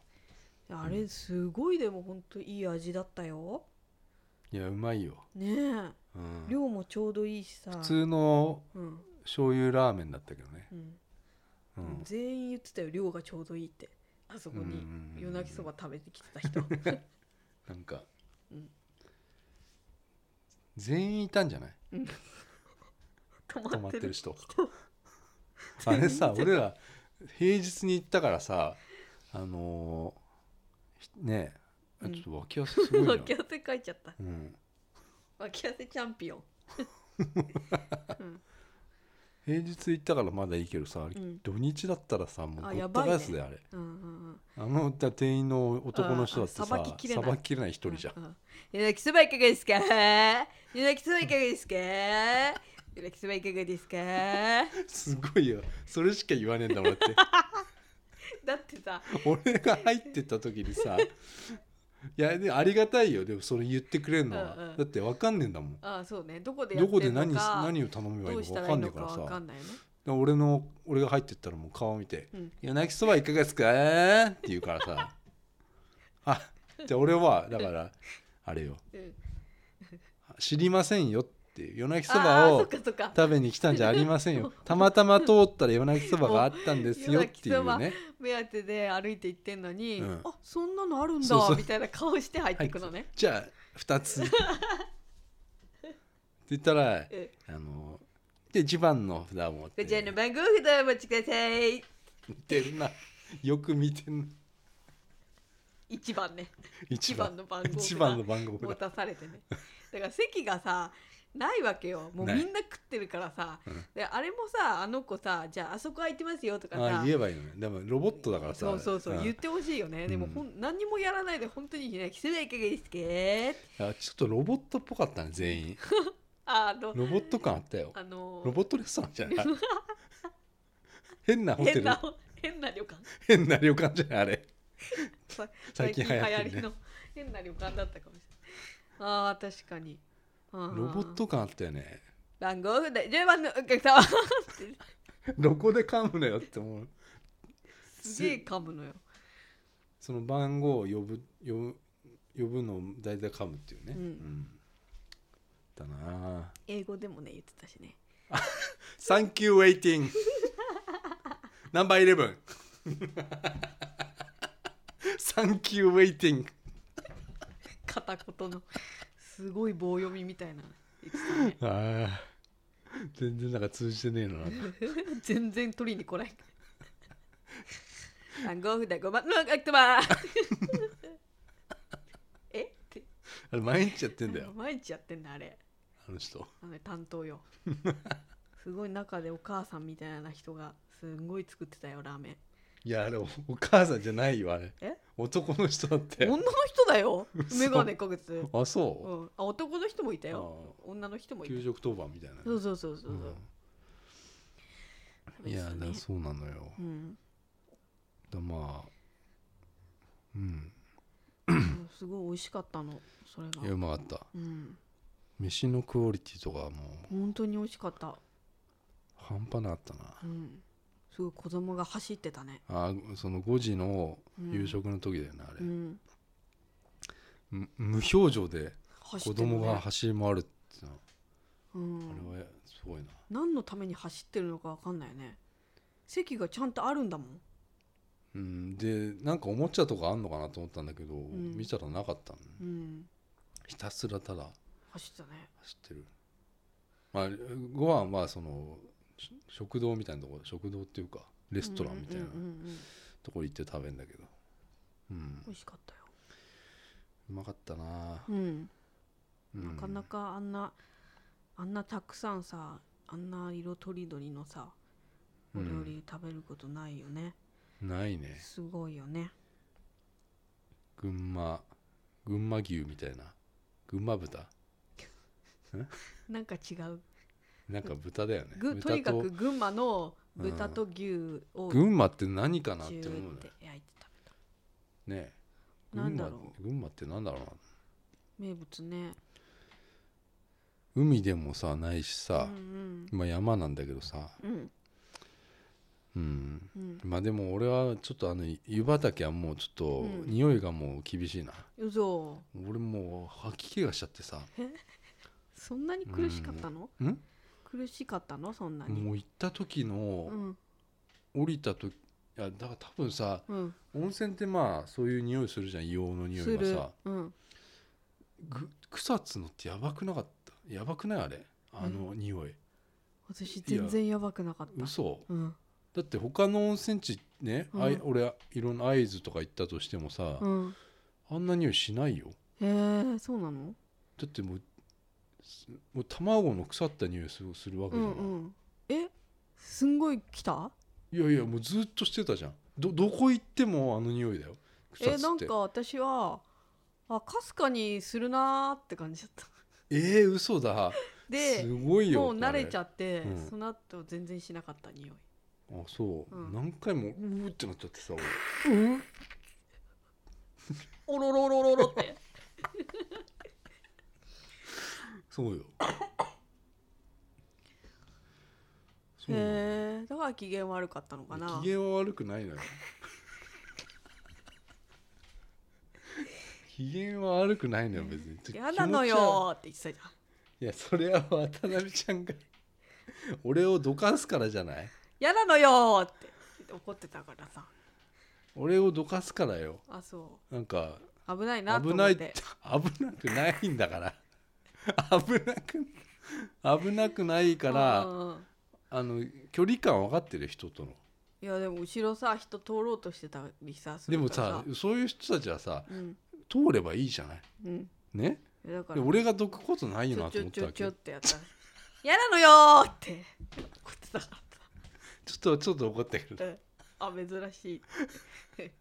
S2: あれすごいでも本当いい味だったよ
S1: いやうまいよ、
S2: ねえ
S1: うん、
S2: 量もちょうどいいしさ
S1: 普通の
S2: うん
S1: 醤油ラーメンだったけどね、
S2: うん
S1: うん
S2: 全員言ってたよ量がちょうどいいってあそこ
S1: うん
S2: に
S1: うんうん
S2: 夜泣きそば食べてきてた <laughs> 人
S1: なんか、
S2: うん
S1: 全員いたんじゃない
S2: 止
S1: 泊
S2: ま
S1: ま
S2: っ
S1: ってて
S2: る
S1: る人あれ
S2: <laughs>
S1: さ俺ら平日に行ったからさあのーひねえあ
S2: うん
S1: ちょっと脇汗すごいな、
S2: <laughs> 脇汗かいちゃった
S1: うん、
S2: 脇汗チャン
S1: <laughs>
S2: ピオンうん
S1: 平日行ったからまだいいけどさ、
S2: ん
S1: 土日だったらさも
S2: あ
S1: うご
S2: や
S1: った
S2: ばいね
S1: 返すであれ
S2: うんうん
S1: あのだ店員の男の人だってさ
S2: ああさばききれない
S1: さばききれない一人
S2: うん
S1: じゃん、
S2: うんうん夜泣きそばいかがですか夜泣きそばいかがですか夜泣きそばいかがですか
S1: すごいよそれしか言わねえんだ俺って <laughs>
S2: だってさ
S1: 俺が入ってった時にさいやでありがたいよでもそれ言ってくれるのは、
S2: うんうん
S1: だって分かんねえんだもん
S2: あそうねどこでや
S1: ど
S2: って
S1: こ
S2: る
S1: で
S2: の
S1: 何
S2: か
S1: 何を頼めばいいの
S2: どう
S1: か
S2: し
S1: 分
S2: たら
S1: か
S2: いい
S1: んねえ
S2: の
S1: か
S2: から
S1: さ
S2: わかんないね
S1: で俺の俺が入ってったらもう顔見て
S2: うん
S1: 「いや泣きそばいかがですか?」って言うからさ <laughs> あじゃあ俺はだからあれよ
S2: うん
S1: 知りませんよっていう夜泣きそ
S2: あ
S1: ば
S2: ーそっ
S1: を
S2: かそっか
S1: 食べに来たんじゃありません
S2: <laughs>
S1: よたまたま通ったら夜泣きそばがあったんですよっていうね
S2: 目当てで歩いて行ってんのに、
S1: うん
S2: あそんなのあるんだ
S1: そうそう
S2: みたいな顔して入っていくのね、
S1: じゃあ2つ
S2: <laughs>
S1: って言ったら
S2: え
S1: あので1番の札を持って
S2: こちらの番号札をお持ちください
S1: 見てるなよく見てんな
S2: 一番ね
S1: 一
S2: 一番の番号札
S1: 一番の番号
S2: 持
S1: 札
S2: たされてねだから席がさないわけよもうみ
S1: ない
S2: んな食ってるからさ、
S1: うん
S2: であれもさあの子さじゃああそこ空いてますよとかさ
S1: あ言えばいいのねでもロボットだからさ
S2: そうそうそう、
S1: ん
S2: 言ってほしいよね、でもほん何にもやらないで本当にね「着せないかがですけ
S1: あちょっとロボットっぽかったね全
S2: <laughs>
S1: 員
S2: あの
S1: ロボット感あったよ
S2: あのー
S1: ロボットレストランじゃない変なホテル
S2: 変な変な旅館
S1: 変な旅館じゃないあれ
S2: さ
S1: 最近流行ってるね
S2: 最りの <laughs> 変な旅館だったかもしれないあー確かにロ
S1: ロボット感あったよね
S2: 番号札10番のお
S1: <laughs>
S2: 客様って
S1: どこで噛むのよって思う
S2: すげえ噛むのよ、
S1: その番号を呼ぶ呼ぶ呼ぶのを大体噛むっていうね、
S2: うん
S1: だなあ
S2: 英語でもね言ってたしね <laughs>
S1: Thank you waiting ナンバー11 Thank you waiting
S2: 片言のすごい棒読みみたいなの言って
S1: ああ全然なんか通じてねえな
S2: たね <laughs> 全然取りに来ない <laughs> 番号札5番のお客
S1: <laughs>
S2: 様 <laughs> えって
S1: あれ毎日やってんだよ
S2: 毎日やってんだあれ
S1: あの人
S2: あの担当
S1: <laughs>
S2: よすごい中でお母さんみたいな人がすんごい作ってたよラーメン
S1: いやあれおお母さんじゃないよあれ
S2: え
S1: 男の人だって
S2: 女の人だよ
S1: 嘘
S2: メガネかけてたよ、
S1: あそううん
S2: あ男の人もいたよ
S1: あ
S2: 女の人もい
S1: 給
S2: た
S1: 食当番みたいな
S2: そうそうそうそう、
S1: うん
S2: で
S1: い
S2: す
S1: や
S2: よ
S1: だ
S2: ね
S1: そうなのよ
S2: うん、
S1: だまあうん
S2: そうすごい美味しかったのそれ
S1: いや
S2: が
S1: うまかった
S2: うん
S1: 飯のクオリティとかもう
S2: 本当に美味しかった
S1: 半端なかったな
S2: うんすごい子供が走ってたね
S1: あその5時の
S2: うん
S1: 夕食の時だよね、あ
S2: う
S1: れ、
S2: ん
S1: む無表情で
S2: 走
S1: 子
S2: ってるね
S1: 供が走り回るってのはあ
S2: うん、
S1: れはすごいな
S2: 何のために走ってるのか分かんないよね席がちゃんとあるんだもん
S1: うんでなんかおもちゃとかあんのかなと思ったんだけど、
S2: ん
S1: 見たらなかったの
S2: うん
S1: ひたすらただ
S2: 走ってたね
S1: 走ってるまあご飯はそのし食堂みたいなとこ食堂っていうかレ
S2: レ
S1: ストランみたいな
S2: うんうんうんうん
S1: とこ行って食べるんだけどうん
S2: 美味しかったよ、
S1: うまかったな、
S2: うん
S1: うん
S2: なかなかあんなあんなたくさんさあんな色とりどりのさお
S1: うん
S2: 料理食べることないよね、
S1: ないね
S2: すごいよね
S1: 群馬群馬牛みたいな群馬豚
S2: なんか違う
S1: なんか豚だよね
S2: ぐと
S1: 豚
S2: にか
S1: と
S2: く群馬の豚と牛を
S1: 群馬って何かなっ
S2: ジュ
S1: て思う
S2: ーっ
S1: ね
S2: て焼いて食べた
S1: ねえ
S2: なん
S1: 群
S2: だ
S1: 馬
S2: ろ
S1: 群馬ってなんだろうな
S2: 名物ね
S1: 海でもさないし
S2: う
S1: さ、
S2: ん
S1: まあ山なんだけどさ
S2: うんうん
S1: うん
S2: うん
S1: まあでも俺はちょっとあの湯畑はもうちょっと
S2: うん
S1: 匂いがもう厳しいな、
S2: うそ
S1: 俺もう吐き気がしちゃってさ
S2: そんなに苦しかったの、
S1: ん
S2: 苦しかったのそんなに
S1: もう行った時の
S2: うん
S1: 降りた時いやだから多分さ
S2: うん
S1: 温泉ってまあそういう匂いするじゃん硫黄の匂
S2: す
S1: いが
S2: る
S1: さ
S2: うん
S1: ぐ草津のってやばくなかったやばくないあれあの匂い
S2: 私全然やばくなかった
S1: 嘘
S2: うん
S1: だって他の温泉地ね、あい
S2: うん
S1: 俺いろんな会津とか行ったとしてもさ、
S2: うん
S1: あんな匂いしないよ
S2: へえそうなの
S1: だってもうすもう卵の腐った匂いするするわけ
S2: う
S1: じゃない、
S2: んうんえすんごい来た
S1: いやいやもうずっとしてたじゃんどどこ行ってもあの匂いだよ草津って
S2: えなんか私はあかすかにするなーって感じ
S1: <laughs>
S2: だった
S1: えー、嘘だ
S2: です
S1: ごいよ
S2: もう慣れちゃ
S1: っ
S2: って、
S1: うん
S2: その後全然しなかった匂い
S1: あそう、
S2: うん
S1: 何回もうーってなっちゃってさ俺
S2: うんおろろろろろって
S1: そうよそうなの
S2: <laughs> へえだから機嫌悪かったのかな
S1: 機嫌は悪くない
S2: <laughs>
S1: のよ機嫌は悪くないのよ別に
S2: やだのよーって言ってた
S1: 気持ち
S2: じゃん
S1: はいやそれは渡辺ちゃんが俺をどかすからじゃない
S2: やだのよーって怒ってたからさ
S1: 俺をどかすからよ
S2: あそ
S1: なんか
S2: う危ないなと
S1: 危
S2: 思
S1: な
S2: っ
S1: い
S2: て
S1: 危なくないんだから危なく危なくないか
S2: う
S1: ら
S2: んうん
S1: あの距離感分かってる人との
S2: いやでも後ろさ人通ろうとしてたりさす
S1: で
S2: る
S1: も
S2: から
S1: さそういう人たちはさ
S2: うん
S1: 通ればいいじゃない
S2: うん
S1: ね
S2: だか
S1: で
S2: ら
S1: 俺がどくことない
S2: ち
S1: よ
S2: ょ
S1: な
S2: ち
S1: と
S2: ょ
S1: 思っ
S2: ち
S1: た
S2: ょ
S1: わ
S2: ち
S1: け
S2: ょってやったら「やだのよ!」って <laughs> 怒ってたか
S1: ちょっとちょっと怒ったけど
S2: らあ珍しい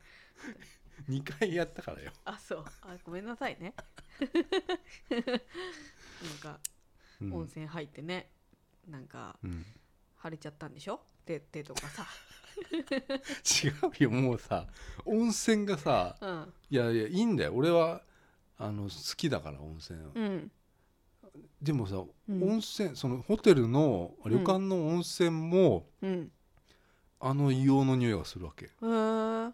S1: 2回やったからよ
S2: あそうあごめんなさいね <laughs> なんか
S1: うん
S2: 温泉入ってね、なんか
S1: うん
S2: 腫れちゃったんでしょ手手とかさ、
S1: 違うよもうさ温泉がさ
S2: うん
S1: いやいやいいんだよ俺はあの好きだから温泉は
S2: うん、
S1: でもさ
S2: ん
S1: 温泉そのホテルの
S2: ん
S1: 旅館の温泉も
S2: うん、
S1: あの硫黄の匂いがするわけ
S2: へーやっ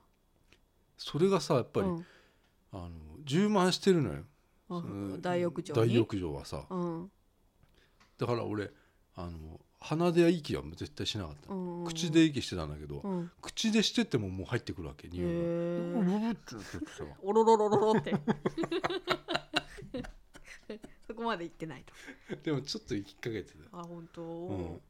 S1: それがさやっぱり
S2: うん
S1: あの充満してるのよそ
S2: あ
S1: の
S2: 大浴場に
S1: 大浴場はさ
S2: うん
S1: だから俺あの鼻で息は絶対しなかった
S2: う
S1: の
S2: ん、
S1: 口で息してたんだけど
S2: うん、
S1: 口でしてってももう入ってくるわけ
S2: へ
S1: 匂いがブ
S2: ー
S1: ブってなってさ
S2: おろろろろろって <laughs> そこまで行ってないと
S1: <laughs> でもちょっと引っ掛けてたよ
S2: あ本当
S1: うん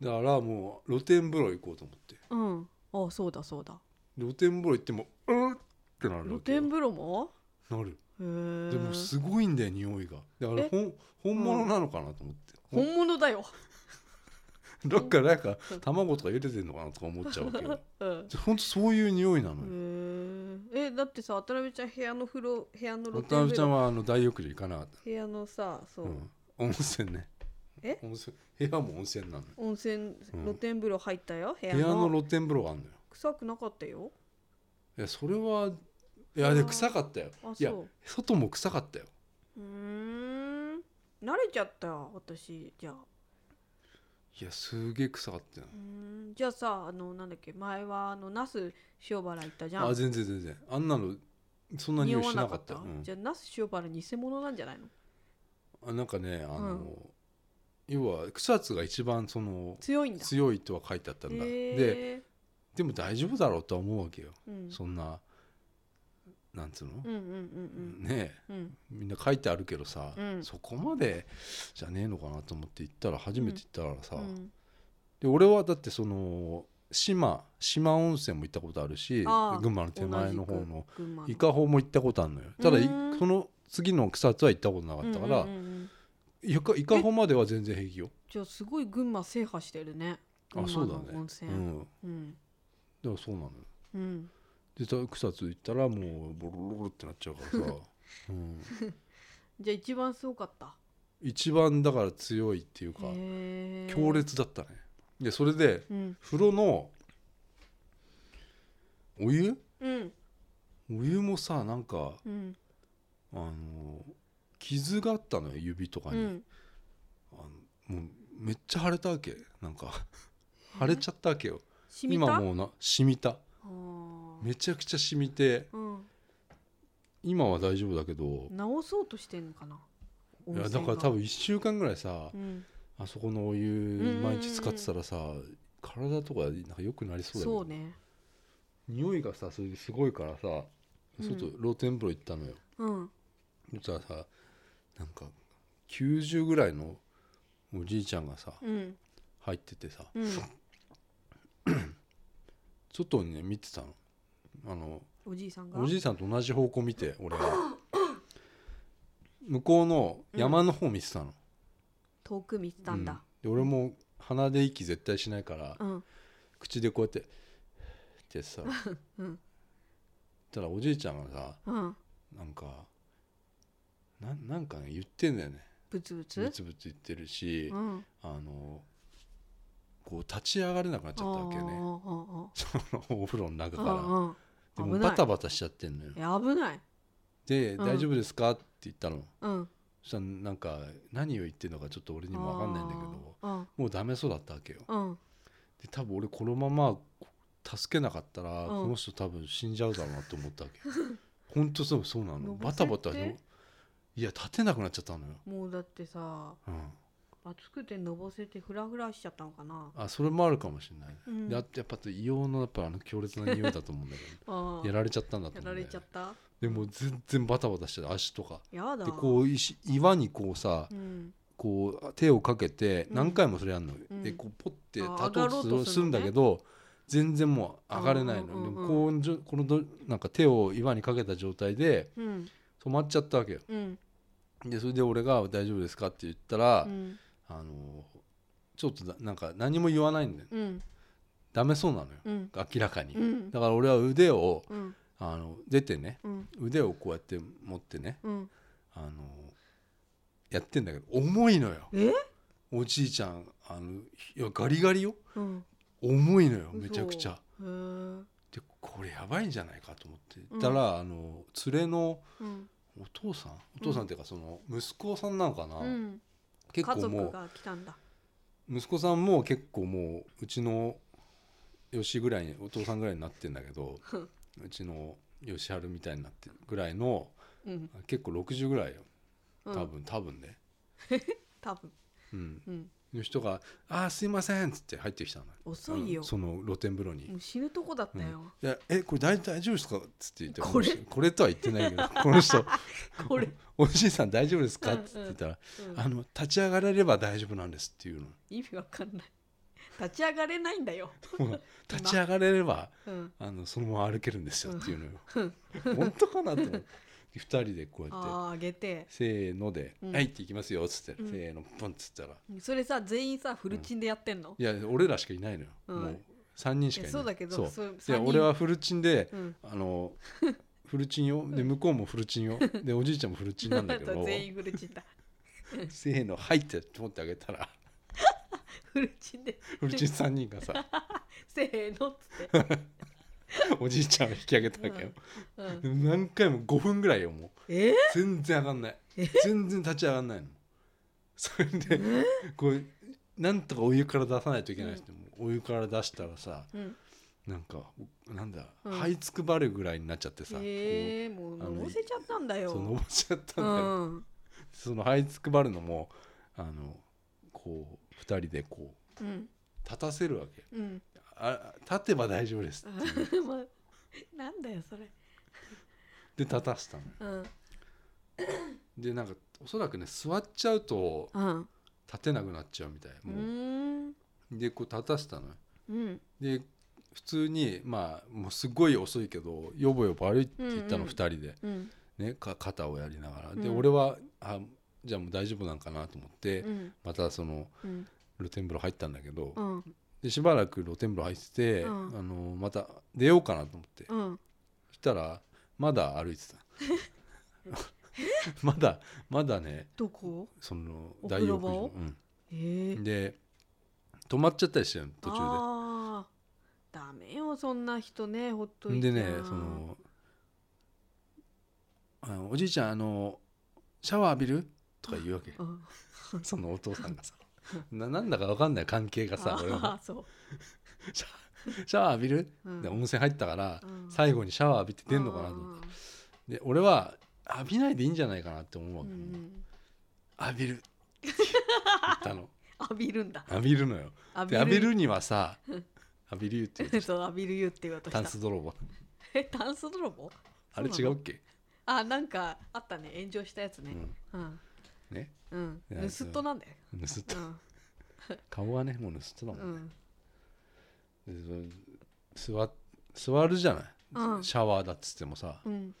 S1: だからもう露天風呂行こうと思って
S2: うん、あそうだそうだ
S1: 露天風呂行ってもうんってなる
S2: 露
S1: わけよ
S2: 天風呂も
S1: なる
S2: へえ
S1: でもすごいんだよ匂いがだから
S2: え
S1: ほん本物なのかなと思って、ほん
S2: 本物だよ、
S1: どっかなんか卵とか茹でてんのかなとか思っちゃうわ
S2: <laughs>
S1: けよ
S2: うん、
S1: ほんとそういう匂いなのよ
S2: へええだってさ渡辺ちゃん部屋の風呂部屋の露
S1: 渡
S2: 天
S1: 辺
S2: 風
S1: ちゃん
S2: 呂
S1: はあの大浴場行かなかっ
S2: 部屋のさ
S1: た、
S2: そうう、
S1: ん、温泉ね
S2: え
S1: 温泉部屋も温泉なのよ
S2: 温泉
S1: うん
S2: 露天風呂入ったよ部屋
S1: 部屋の
S2: の
S1: 露天風呂があるのよ
S2: 臭くなかったよ
S1: いやそれはいやで
S2: あー
S1: 臭かったよ
S2: あ
S1: いや
S2: そう
S1: 外も臭かったよ
S2: うーん慣れちゃったよ私じゃあ
S1: いやすげえ臭かったよ
S2: うーんじゃあさあのなんだっけ前はあの那須塩原行ったじゃん
S1: あ全然全然あんなのそんな匂いしなかった
S2: 匂わ
S1: うん
S2: じゃあ那須塩原偽物なんじゃないの
S1: あなんかねあの、
S2: うん
S1: 要は草津が一番その
S2: 強いんだ
S1: 強いとは書いてあったんだ、で
S2: へー
S1: でも大丈夫だろうとは思うわけよ、
S2: うん
S1: そんななんつうの
S2: う、んうんうん
S1: ねえ
S2: うんうん
S1: みんな書いてあるけどさ、
S2: うん
S1: そこまでじゃねえのかなと思って行ったら初めて行ったからさ、
S2: うん
S1: で俺はだってその島島温泉も行ったことあるし
S2: ああ
S1: 群馬の手前の方
S2: 同じ
S1: の
S2: く群馬の
S1: 伊香保も行ったことあるのよただい
S2: うん
S1: その次の草津は行ったことなかったから、
S2: うんうんうんうん
S1: 伊香伊香保までは全然平気よ、
S2: じゃあすごい群馬制覇してるね
S1: あそうだね
S2: 群馬の温泉
S1: うん、だか
S2: うん
S1: らそうなのよ
S2: うん
S1: でた草津行ったらもうボロボロボロってなっちゃうから
S2: <laughs>
S1: さ、うん、
S2: じゃあ一番すごかった
S1: 一番だから強いっていうか
S2: へー
S1: 強烈だったねでそれで
S2: うん
S1: 風呂のお湯
S2: うん
S1: お湯もさなんか
S2: うん
S1: あの傷があったのよ指とか
S2: う
S1: に、
S2: ん
S1: あのもうめっちゃ腫れたわけなんか腫れちゃったわけよ
S2: 染みた
S1: 今もうな染みた
S2: あー
S1: めちゃくちゃ染みて
S2: うん
S1: 今は大丈夫だけど
S2: 直そうとしてんのかな。
S1: いやだから多分1週間ぐらいさ、
S2: うん、
S1: あそこのお湯毎日使ってたらさ体とかなんか良くなりそうだよ
S2: そう
S1: ね
S2: ね。
S1: 匂いがさそれですごいからさ
S2: うん
S1: 外、露天風呂行ったのよ
S2: うん。
S1: そしたらさなんか90ぐらいのおじいちゃんがさ
S2: うん。
S1: 入っててさ
S2: うん。
S1: 外にね見てたのあの
S2: おじいさんが。
S1: おじいさんと同じ方向見て俺は向こうの山の方見てたの、
S2: 遠く見てたんだ。
S1: うんで俺も鼻で息絶対しないから、
S2: うん。
S1: 口でこうやってって
S2: <laughs>
S1: さ、
S2: うん
S1: たらおじいちゃんがさ
S2: うん。
S1: なんかなんなんかね言ってんだよね
S2: ぶつぶ
S1: ブ
S2: つ。
S1: ツブツ言ってるし、
S2: うん。
S1: あのこう立ち上がれなくなっちゃったわけよね
S2: ね。
S1: そ <laughs> のお風呂の中か
S2: うん
S1: ら、
S2: うん。
S1: で
S2: 危
S1: も
S2: ない
S1: バタバタしちゃってんのよ
S2: いや危ない。
S1: で、
S2: うん
S1: 大丈夫ですか?」って言ったの
S2: うん。
S1: そしたらなんか何を言ってるのかちょっと俺にも分かんないんだけど
S2: あー。
S1: もうダメそうだったわけよ
S2: うん。うん。
S1: で多分俺このまま助けなかったら、
S2: ん
S1: この人多分死んじゃうだろうなと思ったわ
S2: <laughs>
S1: けほんとそうそうなの
S2: のぼ
S1: バ
S2: せ
S1: タ
S2: って
S1: バタよいや立てなくなっちゃったのよ、
S2: もうだってさ、
S1: うん、
S2: 暑くてのぼせてフラフラしちゃったのかな。
S1: あそれもあるかもしれない、
S2: うん
S1: であとやっぱ硫黄のやっぱあの強烈な匂いだと思うんだけど
S2: ああ。
S1: やられちゃったんだと
S2: や
S1: 思うん
S2: ら
S1: だ
S2: れ
S1: よ
S2: ちゃった。
S1: でもう全然バタバタしてた足とか
S2: やだ。
S1: でこう石岩にこうさ
S2: うん。
S1: こう手をかけて
S2: うん
S1: 何回もそれやるの、
S2: うん
S1: でこうポッて
S2: あ
S1: 立とうとす
S2: 上がろう
S1: る
S2: とするのね
S1: するんだけど全然もう上がれないの、
S2: うんうんうん
S1: でもこうじょこのどなんか手を岩にかけた状態で
S2: うん。
S1: 止まっちゃったわけよ
S2: うん。
S1: でそれで俺が「大丈夫ですか?」って言ったら、
S2: うん。
S1: あのちょっとだなんか何も言わないんだよ
S2: うん。
S1: ダメそうなのよ
S2: うん。
S1: 明らかに、
S2: うん。
S1: だから俺は腕を
S2: うん。
S1: あの出てね
S2: うん。
S1: 腕をこうやって持ってね
S2: うん。
S1: あのやってんだけど重いのよ
S2: え
S1: おじいちゃんあのいやガリガリよ
S2: うん。
S1: 重いのよめちゃくちゃ
S2: へー
S1: でこれやばいんじゃないかと思ってたら、あの連れの
S2: うん。
S1: お父さんお父さんっていうかその息子さんなのかな、
S2: うん。
S1: 結
S2: 家
S1: 構も
S2: 族
S1: う
S2: が来たんだ。
S1: 息子さんも結構もううちの吉ぐらいにお父さんぐらいになってんだけどうちの吉春みたいになってるぐらいの
S2: うん。
S1: 結構60ぐらいよ
S2: うん
S1: 多。分多分ね、
S2: 多分。
S1: うん、
S2: うん。
S1: の人が「あーすいません」っつって入ってきたのよ
S2: 遅いよ
S1: うん。その露天風呂に
S2: もう死ぬとこだったよ。
S1: いやえこれ大大丈夫ですか?」っつって言って
S2: これ
S1: この人これとは言ってないけどこの
S2: <laughs>
S1: 人
S2: これ。
S1: おじいさん大丈夫ですか?」
S2: う
S1: っ
S2: んうん
S1: つって言ったら「
S2: うん
S1: あの立ち上がれれば大丈夫なんです」っていうの
S2: 意味わかんない。立ち上がれないんだよ。
S1: ほら「 <laughs> 立ち上がれれば
S2: うん。
S1: あのそのまま歩けるんですよ」っていうのよ
S2: うん
S1: 本当かなと思って2人でこうやって
S2: ああ、あげて
S1: 「せーので
S2: うん
S1: はい」っていきますよっつって「
S2: うん
S1: せーのポン」っつったら
S2: それさ、全員さ、フルチンでやってんの。
S1: いや俺らしかいないのよ
S2: うん
S1: もう3人し
S2: い
S1: かい
S2: や
S1: ない
S2: そうだけど、
S1: そう
S2: そう
S1: で
S2: 三人
S1: 俺はフルチンで
S2: うん。
S1: あの
S2: <laughs>
S1: フルチンよで向こうもフルチンよでおじいちゃんもフルチンなんだけど <laughs>
S2: 全員フルチンだ。
S1: せーの「はい」って持ってあげたら
S2: フルチンで
S1: うち3人が
S2: <laughs>
S1: さ
S2: せーのっ
S1: <laughs>
S2: つって、
S1: おじいちゃんを引き上げたわけよ、
S2: うん、
S1: でも何回も5分ぐらいよもう
S2: え
S1: 全然上がんない全然立ち上がんないのそれでこうなんとかお湯から出さないといけないって、もうお湯から出したらさ
S2: うん、
S1: なんかなんだ、
S2: うん
S1: 這いつくばるぐらいになっちゃってさ、
S2: えー、もう
S1: あの
S2: のぼせちゃったんだよ
S1: こうそう登っちゃった
S2: うん
S1: だよ、
S2: ん
S1: その這いつくばるのもあのこう2人でこう
S2: うん
S1: 立たせるわけ
S2: うん <laughs>
S1: あ立てば大丈夫ですっていう
S2: あまなんだよそれ
S1: で立たせたのよ
S2: うん
S1: でなんかおそらくね座っちゃうと
S2: うん
S1: 立てなくなっちゃうみたいうもう、
S2: ん
S1: でこう立たせたのよ
S2: うん
S1: で普通にまあもうすごい遅いけどよぼよぼ歩いていった
S2: うん
S1: の
S2: うん
S1: 2人で、
S2: うん
S1: ね、か肩をやりながらで、
S2: うん
S1: 俺はあじゃあもう大丈夫なんかなと思って、
S2: うん
S1: またその
S2: うん
S1: 露天風呂入ったんだけど、
S2: うん
S1: でしばらく露天風呂入ってて、
S2: うん
S1: あのまた出ようかなと思って、
S2: うん
S1: そしたらまだ歩いてた <laughs> まだまだね
S2: どこ
S1: その
S2: お
S1: 大
S2: 風呂
S1: 浴
S2: 場
S1: 場
S2: を、え
S1: う
S2: ー
S1: ん、で止まっちゃったりしてるの途中で。
S2: あーダメよそんな人ねほっとい
S1: で
S2: て
S1: ねそのあの「おじいちゃんあのシャワー浴びる?」とか言う
S2: <laughs>
S1: わけ
S2: うん
S1: そのお父さんがさななんだか分かんない関係がさ俺も
S2: あーそう
S1: 「シャシャワー浴びる
S2: うん
S1: で温泉入ったから
S2: うん
S1: 最後にシャワー浴びて出んのかなと思ってで俺は浴びないでいいんじゃないかなって思う
S2: う
S1: わ
S2: ん
S1: け、
S2: うんうん
S1: 浴びるって言ったの
S2: 浴びるんだ
S1: 浴びるの
S2: <laughs>
S1: よで浴びるにはさ浴びるって言う
S2: <laughs> そう浴びる湯って言われた
S1: タンス泥棒
S2: <laughs> えタンス泥棒
S1: あれ違うっけ、
S2: あなんかあったね炎上したやつ
S1: う
S2: ね
S1: ん、
S2: うん
S1: ね
S2: うん
S1: いや
S2: 盗っ人なんだよ
S1: 盗っ
S2: う
S1: た
S2: ん
S1: 顔はねもう盗っ人だもんね、
S2: うん
S1: でその座座るじゃない、
S2: うん
S1: シャワーだっつってもさ
S2: うん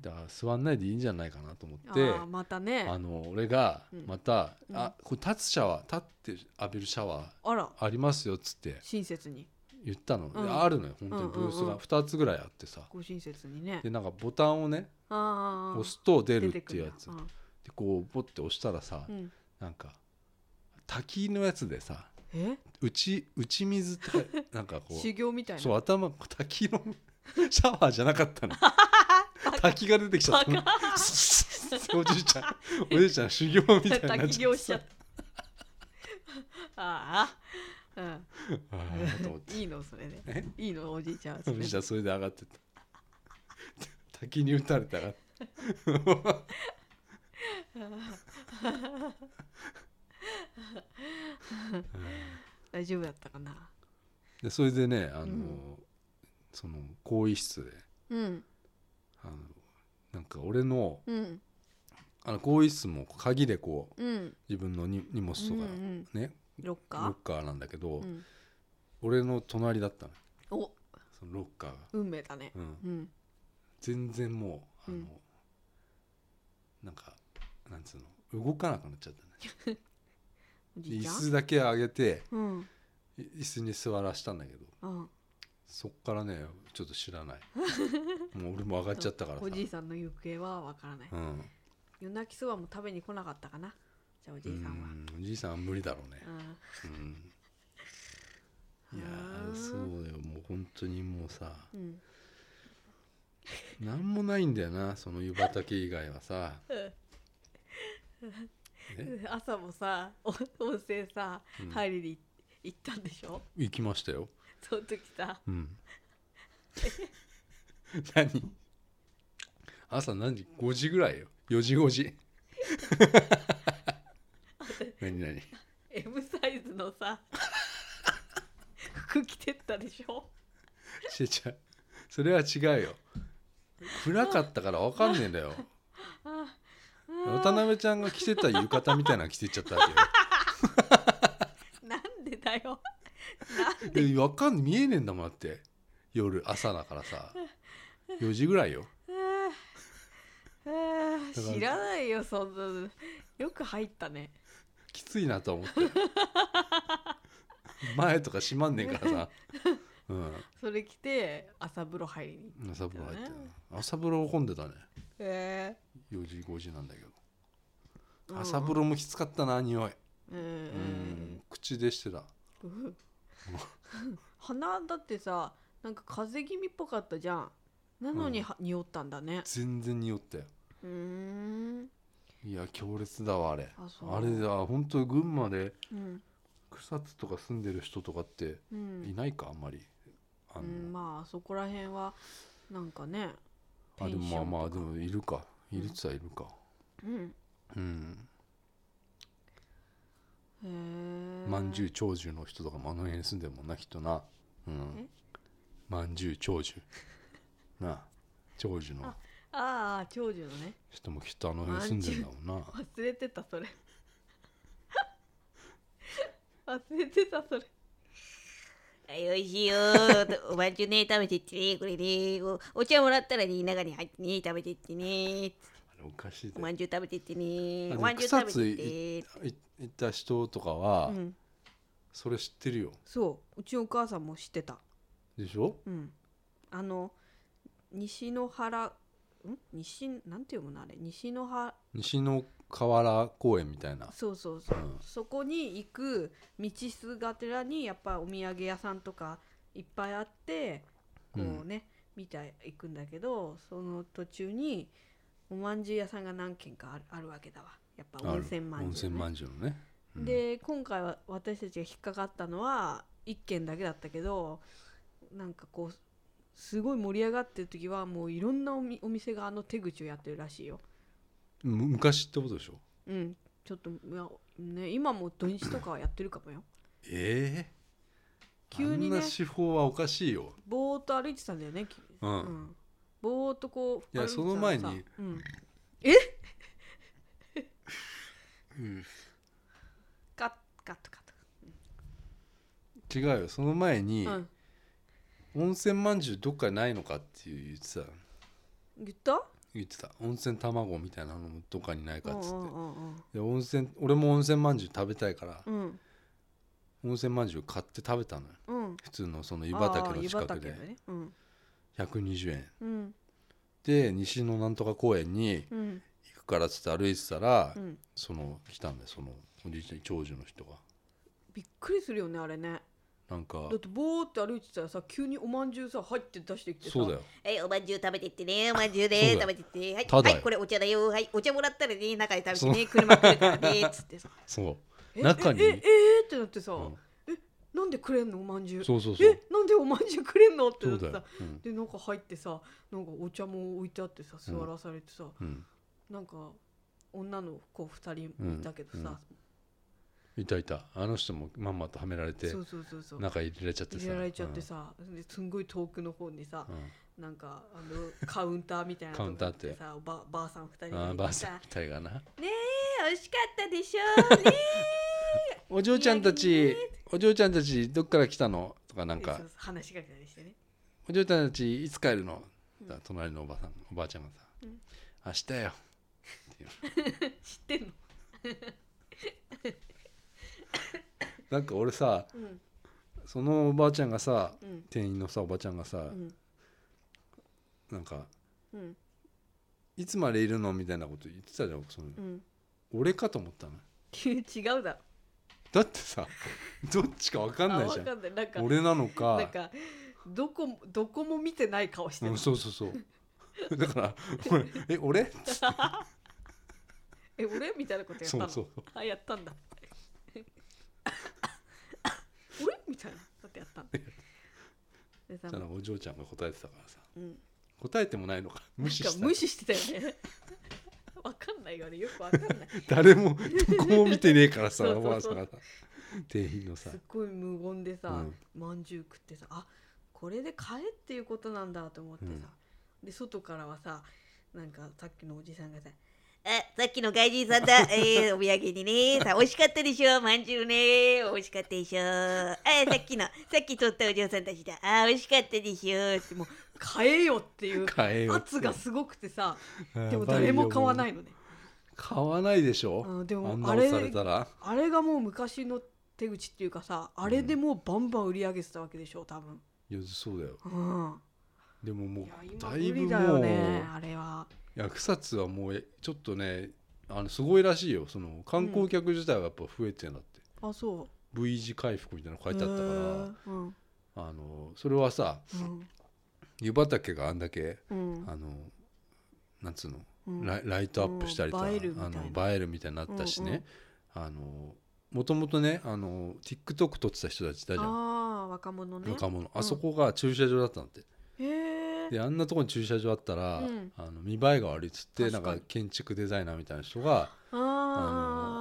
S1: だから座んないでいいんじゃないかなと思っ
S2: あ
S1: て
S2: ーまたね
S1: あの俺が
S2: うん
S1: また「
S2: うん
S1: あこれ立つシャワー立って浴びるシャワー
S2: あら
S1: ありますよ」っつって
S2: 親切に
S1: 言ったの、で
S2: うん
S1: あるのよ本当
S2: う
S1: に
S2: ん
S1: ブース
S2: うんうん
S1: が2つぐらいあってさ
S2: ご親切にね
S1: でなんかボタンをね
S2: ああ
S1: 押すと出
S2: 出
S1: る
S2: て
S1: っ
S2: く
S1: てい
S2: る
S1: うんや
S2: だ
S1: つでこうポッて押したらさ、
S2: うんうん
S1: なんか滝のやつでさ
S2: え
S1: 打ち打ち水って書い
S2: <laughs>
S1: なんかこう
S2: 修行みたいな
S1: そう頭滝のシャワーじゃなか
S2: <laughs>
S1: ったの滝が出てきちゃったの
S2: バ
S1: <laughs> おじいちゃんおじいちゃん修行みたいになっ
S2: <laughs> 滝
S1: ちゃっ
S2: 行
S1: て
S2: しちゃ
S1: さ
S2: ったああうん
S1: <laughs> あーと思って
S2: いいのそれで
S1: え
S2: いいのおじいちゃんはそ
S1: おじ
S2: れ
S1: い
S2: で
S1: ちゃんそれで上がってった滝に打たれたら
S2: 大丈夫だったかな
S1: でそれでねあの、
S2: うん
S1: その更衣室で
S2: うん
S1: あのなんか俺の
S2: うん
S1: あの更衣室も鍵でこう
S2: うん
S1: 自分のに荷物とか
S2: うんうん
S1: ね、
S2: ロッ
S1: ロッ
S2: カ
S1: カーなんだけど、
S2: ーうん
S1: 俺の隣だったの
S2: お
S1: そのロッカーが、
S2: 運命だね
S1: うん、
S2: うん
S1: 全然もうあの、
S2: うん
S1: なんかなんつうの動かなくなっちゃったね
S2: お
S1: で
S2: じい
S1: 椅
S2: ちゃん
S1: 子だけ上げて
S2: うん
S1: い椅子に座らしたんだけど
S2: うん
S1: そっからねちょっと知ら
S2: <laughs>
S1: ないもう俺も上がっちゃったからさ
S2: おじいさんの行方はわからない
S1: うん
S2: 夜泣きそばも食べに来なかったかなじゃあおじいさんは
S1: うんおじいさんは無理だろうね
S2: うん
S1: うんいや
S2: あ
S1: ー
S2: ー
S1: そうよもう本当にもうさ
S2: うん
S1: なんもないんだよなその湯畑以外は
S2: <laughs>
S1: さね
S2: 朝もさ <laughs> お温泉さ
S1: うん
S2: 入りに行ったんでしょ
S1: 行きましたよ
S2: その時さ
S1: うん。 <laughs> 何朝何時 ?5 時ぐらいよ。4時5時。何何
S2: M サイズのさ服着てったでしょ
S1: しーちゃん、それは違うよ。暗かったから分かんねえんだよ。
S2: あ
S1: 渡辺ちゃんが着てた浴衣みたいなの着てっちゃったわ
S2: なんでだよ
S1: けよ。で分かん見えねえんだもんだって。夜、朝だからさ。4時ぐらいよ。
S2: あーあ
S1: だから
S2: ー知らないよそんなよく入ったね
S1: きついなとは思ったよ。前とか閉まんねえからさ。うん。
S2: それ着て朝風呂入りに
S1: 朝風呂入って
S2: だよね
S1: た朝風呂混んでたね
S2: え
S1: 4時5時なんだけど
S2: うん
S1: 朝風呂もきつかったな匂い
S2: うん
S1: うん口でしてた
S2: うんうん鼻だってさなんか風邪気味っぽかったじゃんなのに
S1: うん
S2: は、匂ったんだね
S1: 全然匂ったよ
S2: うーん
S1: いや強烈だわあれ
S2: あそう
S1: あれだ本当群馬で
S2: うん
S1: 草津とか住んでる人とかって
S2: う
S1: い
S2: ん、
S1: ないかあんまりあ
S2: う
S1: の、
S2: ん、まあそこら辺はなんかね
S1: あでもまあまあ
S2: ペ
S1: で
S2: ンションとか
S1: もいるかいるっちゃいるか
S2: うん
S1: うん
S2: へえ
S1: まんじゅう長寿の人とかもあの辺に住んでるもんなきっとなうん
S2: え
S1: まんじゅう長寿なあ長寿の
S2: ああ長寿のね
S1: 人もきっとあの辺に住んでるんだもんな
S2: 忘れてたそれ <laughs> 忘れてたそれ
S3: はい、おいしいよー。とおばんちゅうね、食べてってね、これね。おお茶もらったらね、中に入ってね、食べてってね。
S1: あれおかしい
S3: お
S1: で
S3: まんじゅう食べてってね。
S1: あ
S3: おまんじゅう食べてってね。
S1: い行った人とかは、
S2: うん
S1: それ知ってるよ
S2: そううちのお母さんも知ってた
S1: でしょ
S2: うんあの西の原ん西なんて読むのあれ西の原
S1: 西の河原公園みたいな
S2: そうそうそう、
S1: うん
S2: そこに行く道すがてらにやっぱお土産屋さんとかいっぱいあってこうね、見ていくんだけどその途中におまんじゅう屋さんが何軒かあるあるわけだわやっぱ
S1: ある
S2: 温泉まん
S1: 温
S2: じゅう、
S1: 泉
S2: ね、
S1: まんじゅうのね、うん
S2: で今回は私たちが引っかかったのは1軒だけだったけどなんかこうすごい盛り上がってる時はもういろんなおみお店があの手口をやってるらしいよ。
S1: む昔ってことでしょ
S2: うんちょっといや、ね、今も土日とかはやってるかもよ。
S1: ええ
S2: 急にね
S1: あんな手法はおかしいよ
S2: ぼーっと歩いてたんだよね。き
S1: うん
S2: ぼーっとこう
S1: いや
S2: 歩てた
S1: そ
S2: ら
S1: の
S2: さ
S1: 前に
S2: うん、
S1: うん
S2: カッカッとカッと。
S1: 違うよその前に、
S2: うん、
S1: 温泉まんじゅうどっかにないのかっていう言ってた
S2: 言った
S1: 言ってた温泉卵みたいなのもどっかにないかっつって、
S2: うんうんうん
S1: で温泉俺も温泉まんじゅう食べたいから、
S2: うん
S1: 温泉まんじゅう買って食べたのよ
S2: うんうん
S1: 普通のその湯畑
S2: あー
S1: の
S2: 湯
S1: 近く
S2: 畑
S1: で
S2: のねうん
S1: 120円
S2: うん
S1: で西のなんとか公園に
S2: うん
S1: 行くからっつって歩いてたら、
S2: うん
S1: その来たんだよそのおじいちゃん長寿の人が
S2: びっくりするよねあれね
S1: なんか
S2: だってぼーって歩いてたらさ急におまんじゅうさ入って出してきてさ
S1: そうだよ
S3: はい、おまんじゅう食べてってね。おまんじゅ
S1: そう
S3: う
S1: だ
S3: ね、
S1: よ
S3: 食べてって。はい、
S1: ただよ
S3: はい、これお茶だよ。はい、お茶もらったらね、中で食べてね。車来るからね。つってさ。
S1: そ
S2: え
S1: 中に
S2: ええええってなってさ、
S1: うん
S2: なんでくれんのおまんじゅ
S1: う
S2: う
S1: そうそうそう
S2: えなんでおまんじゅうくれんのって
S1: そ
S2: な
S1: う
S2: って
S1: だ
S2: さ
S1: よ、うん
S2: でなんか入ってさなんかお茶も置いてあってさ座
S1: うん
S2: らされてさ、
S1: うん、
S2: なんか女の子2人いたけどさ、
S1: いたいたあの人もまんまとはめられて
S2: そうそうそうそう
S1: 中入れられちゃってさ
S2: 入れられちゃってさ、ですんごい遠くの方にさ
S1: う、ん
S2: なんかあのカウンターみたいなとこがあ
S1: カウンタ
S2: さばばあさん2人
S1: うんあ
S2: が
S1: ー
S2: い
S1: ばあ
S2: て
S1: さん
S2: さ
S1: みたいがな
S3: 美味しかったでしょ。ね。
S1: お嬢ちゃんたちお嬢ちゃんたちどっから来たのとかなん
S2: でそ
S1: か
S2: うそう話しかけたりしてね
S1: お嬢ちゃんたちいつ帰るの、だ隣のおばさんおばあちゃんがさ、明日よ
S2: 知ってんの
S1: なんか俺さ
S2: うん
S1: そのおばあちゃんがさ
S2: うん
S1: 店員のさおばちゃんがさ、
S2: うん
S1: なんか
S2: うん
S1: いつまでいるのみたいなこと言ってたじゃんその、
S2: うん <laughs>
S1: 俺かと思ったの
S2: 違うだろ
S1: だってさどっちか分かん
S2: あ
S1: ない
S2: わ
S1: じゃ
S2: かんないなんか
S1: ん俺なのか
S2: なんかどこもどこも見てない顔して
S1: う
S2: る
S1: ん、そうそうそうだから俺「え俺?つって
S2: <laughs> え俺みたいなことやったの
S1: そうそう
S2: あやったんだ <laughs> 俺みたいなことやったんだで」さ
S1: じゃあお嬢ちゃんが答えてたからさ
S2: うん
S1: 答えてもないのか無視
S2: なん
S1: し
S2: か
S1: た
S2: 無視してたよね <laughs> わかんないよねよくわかんない
S1: 誰もどこも見てねえから
S2: そう
S1: さ
S2: そう
S1: お
S2: そう
S1: ばあさんがさ店員の <laughs> さ
S2: すっごい無言でさ、
S1: うん
S2: まんじゅう食ってさあこれで買えっていうことなんだと思ってさ、で外からはさなんかさっきのおじさんがさ
S3: あ、さっきの外人さんだ。
S2: <laughs>
S3: えー、お土産にね。さ、美味しかったでしょ。まんじゅうね。美味しかったでしょ。あ、さっきの、さっき取ったお嬢さんたちだ。あ、美味しかったでしょ。
S2: もう買えよっていう
S1: 買えよ
S2: 圧がすごくてさでも
S1: やばいよ
S2: 誰も買わな
S1: も
S2: いのね
S1: う買わないでしょ
S2: うんでも
S1: あんなのされたら
S2: あれがもう昔の手口っていうかさあれでもうバンバン売り上げてたわけでしょ多分
S1: いやそうだよ
S2: うん
S1: でもも
S2: いや
S1: う
S2: 今
S1: だ
S2: 無
S1: いぶ
S2: 理だよ
S1: もう
S2: ねあれはい
S1: や草津はもうえちょっとねあのすごいらしいよその観光客自体がやっぱ増えてんだって、
S2: あそう
S1: V 字回復みたいなの書いてあったから、
S2: らうん
S1: あのそれはさ
S2: うん
S1: 湯畑があんだけ
S2: うん
S1: あのなんつうの、
S2: うん
S1: ライライトアップしたりとか、
S2: うん映えるみた
S1: あ
S2: いな
S1: の映えるみたいになったしね、あのもともとねあの TikTok 撮ってた人たちいたじゃん
S2: ああ若者ね
S1: 若者あそこが駐車場だったんだって、
S2: へえ
S1: であんなとこに駐車場あったら、
S2: うん
S1: あの見栄えが悪いっつってなん
S2: 確かに
S1: か建築デザイナーみたいな人があ
S2: あ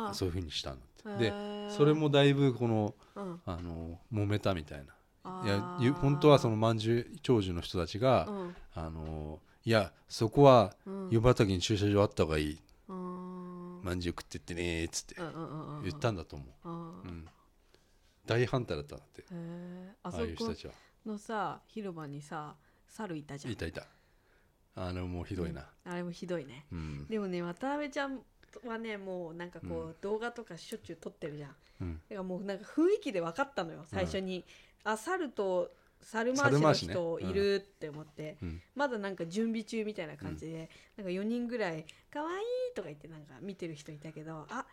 S1: の
S2: あ
S1: そういうふうにしたんだって
S2: へ
S1: で
S2: ー
S1: それもだいぶこの
S2: うん
S1: あの揉めたみたいないや
S2: あー
S1: ゆ本当はそのまんじゅう長寿の人たちが、
S2: うん
S1: あのいやそこは
S2: うん
S1: 湯畑に駐車場あった方がいい、
S2: うん
S1: まんじゅう食ってってねーっつって
S2: うんうんうんうん
S1: 言ったんだと思う、
S2: うん
S1: う
S2: へ
S1: ん、大反対だったんだって
S2: えあ
S1: あ
S2: そ
S1: あいう人
S2: こ
S1: たちは
S2: のさ広場にさ猿いたじゃん
S1: いたいたあれもうひどいな、
S2: うんあれもひどいね
S1: うん
S2: でもね渡辺ちゃんはねもうなんかこう、
S1: う
S2: 動画とかしょっちゅう撮ってるじゃんだ
S1: うん
S2: からもうなんか雰囲気で分かったのよ最初に、あ猿と猿回
S1: 猿
S2: しの
S1: 回しね
S2: 人いるって思って、
S1: うん
S2: まだなんか準備中みたいな感じで、なんか4人ぐらい「かわいい!」とか言ってなんか見てる人いたけどあ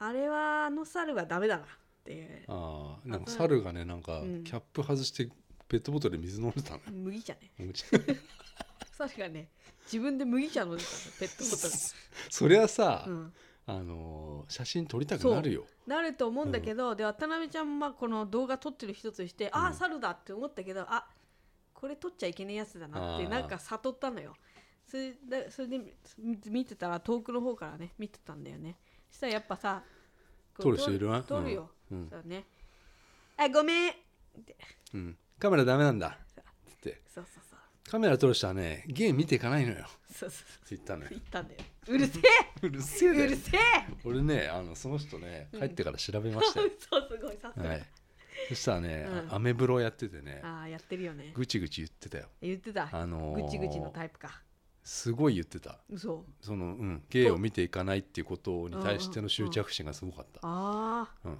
S2: あれはあの猿はダメだなっていう
S1: ああなんか猿がねなんか
S2: うん
S1: キャップ外してペットボトルで水飲んでたのよ、
S2: 麦茶ね
S1: おうち
S2: 猿がね自分で麦茶飲んでたのペットボト
S1: <laughs> そりゃさ、
S2: ル。うん
S1: あのー写真撮りたくなるよ
S2: なると思うんだけど、で渡辺ちゃんはこの動画撮ってる人として、ああ猿だって思ったけどあこれ撮っちゃいけないやつだなって
S1: あー
S2: なんか悟ったのよそれでそれでみ見てたら遠くの方からね見てたんだよねそしたらやっぱさこう
S1: 撮る人いるわ
S2: 撮るよ、
S1: うんうん
S2: そうねあごめん
S1: うん、カメラダメなんだっつって
S2: そうそうそう
S1: カメラ撮る人はねゲーム見ていかないのよっ
S2: そうそうそう
S1: て言ったのよ
S2: 言ったんだようるせ
S1: うるせ
S2: えうる
S1: え
S2: せえ
S1: <laughs> 俺ねあのその人ね帰ってから調べま
S2: <laughs>
S1: したよ、
S2: そうすごいさすが、
S1: はい、そしたらね、
S2: うん
S1: あアメブロやっててね
S2: ああやってるよね
S1: ぐちぐち言ってたよ
S2: 言ってた、
S1: あのー
S2: ぐちぐちのタイプか
S1: すごい言ってた
S2: 嘘
S1: その、うん、芸を見ていかないっていうことに対して
S2: うんうんう
S1: の
S2: ん
S1: 執着心がすごかった、
S2: ああ
S1: うん、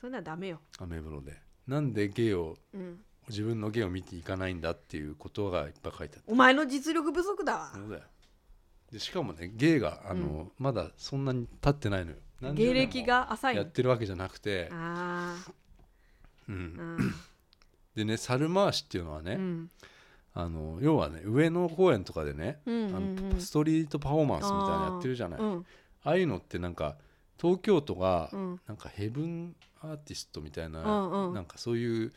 S2: そんなんダメよ。
S1: アメブロでなんで芸を
S2: うん。
S1: 自分の芸を見ていかないんだっていうことがいっぱい書いてあった
S2: お前の実力不足だわ。
S1: そうだよでしかもね芸があの、まだそんなに経ってないのよ何十
S2: 芸
S1: 年も
S2: 歴が浅い
S1: や
S2: の。
S1: ってるわけじゃなくて、
S2: あ
S1: う、
S2: あ。うんん。
S1: でね猿回しっていうのはね、
S2: うん。
S1: あの要はね上野公園とかでね、
S2: うんうんうん
S1: あのストリートパフォーマンスみたいなのやってるじゃないあ,、
S2: うん。
S1: あいうのってなんか東京都が、
S2: うん
S1: なんかヘブンアーティストみたいな、
S2: うんうん
S1: なんかそういう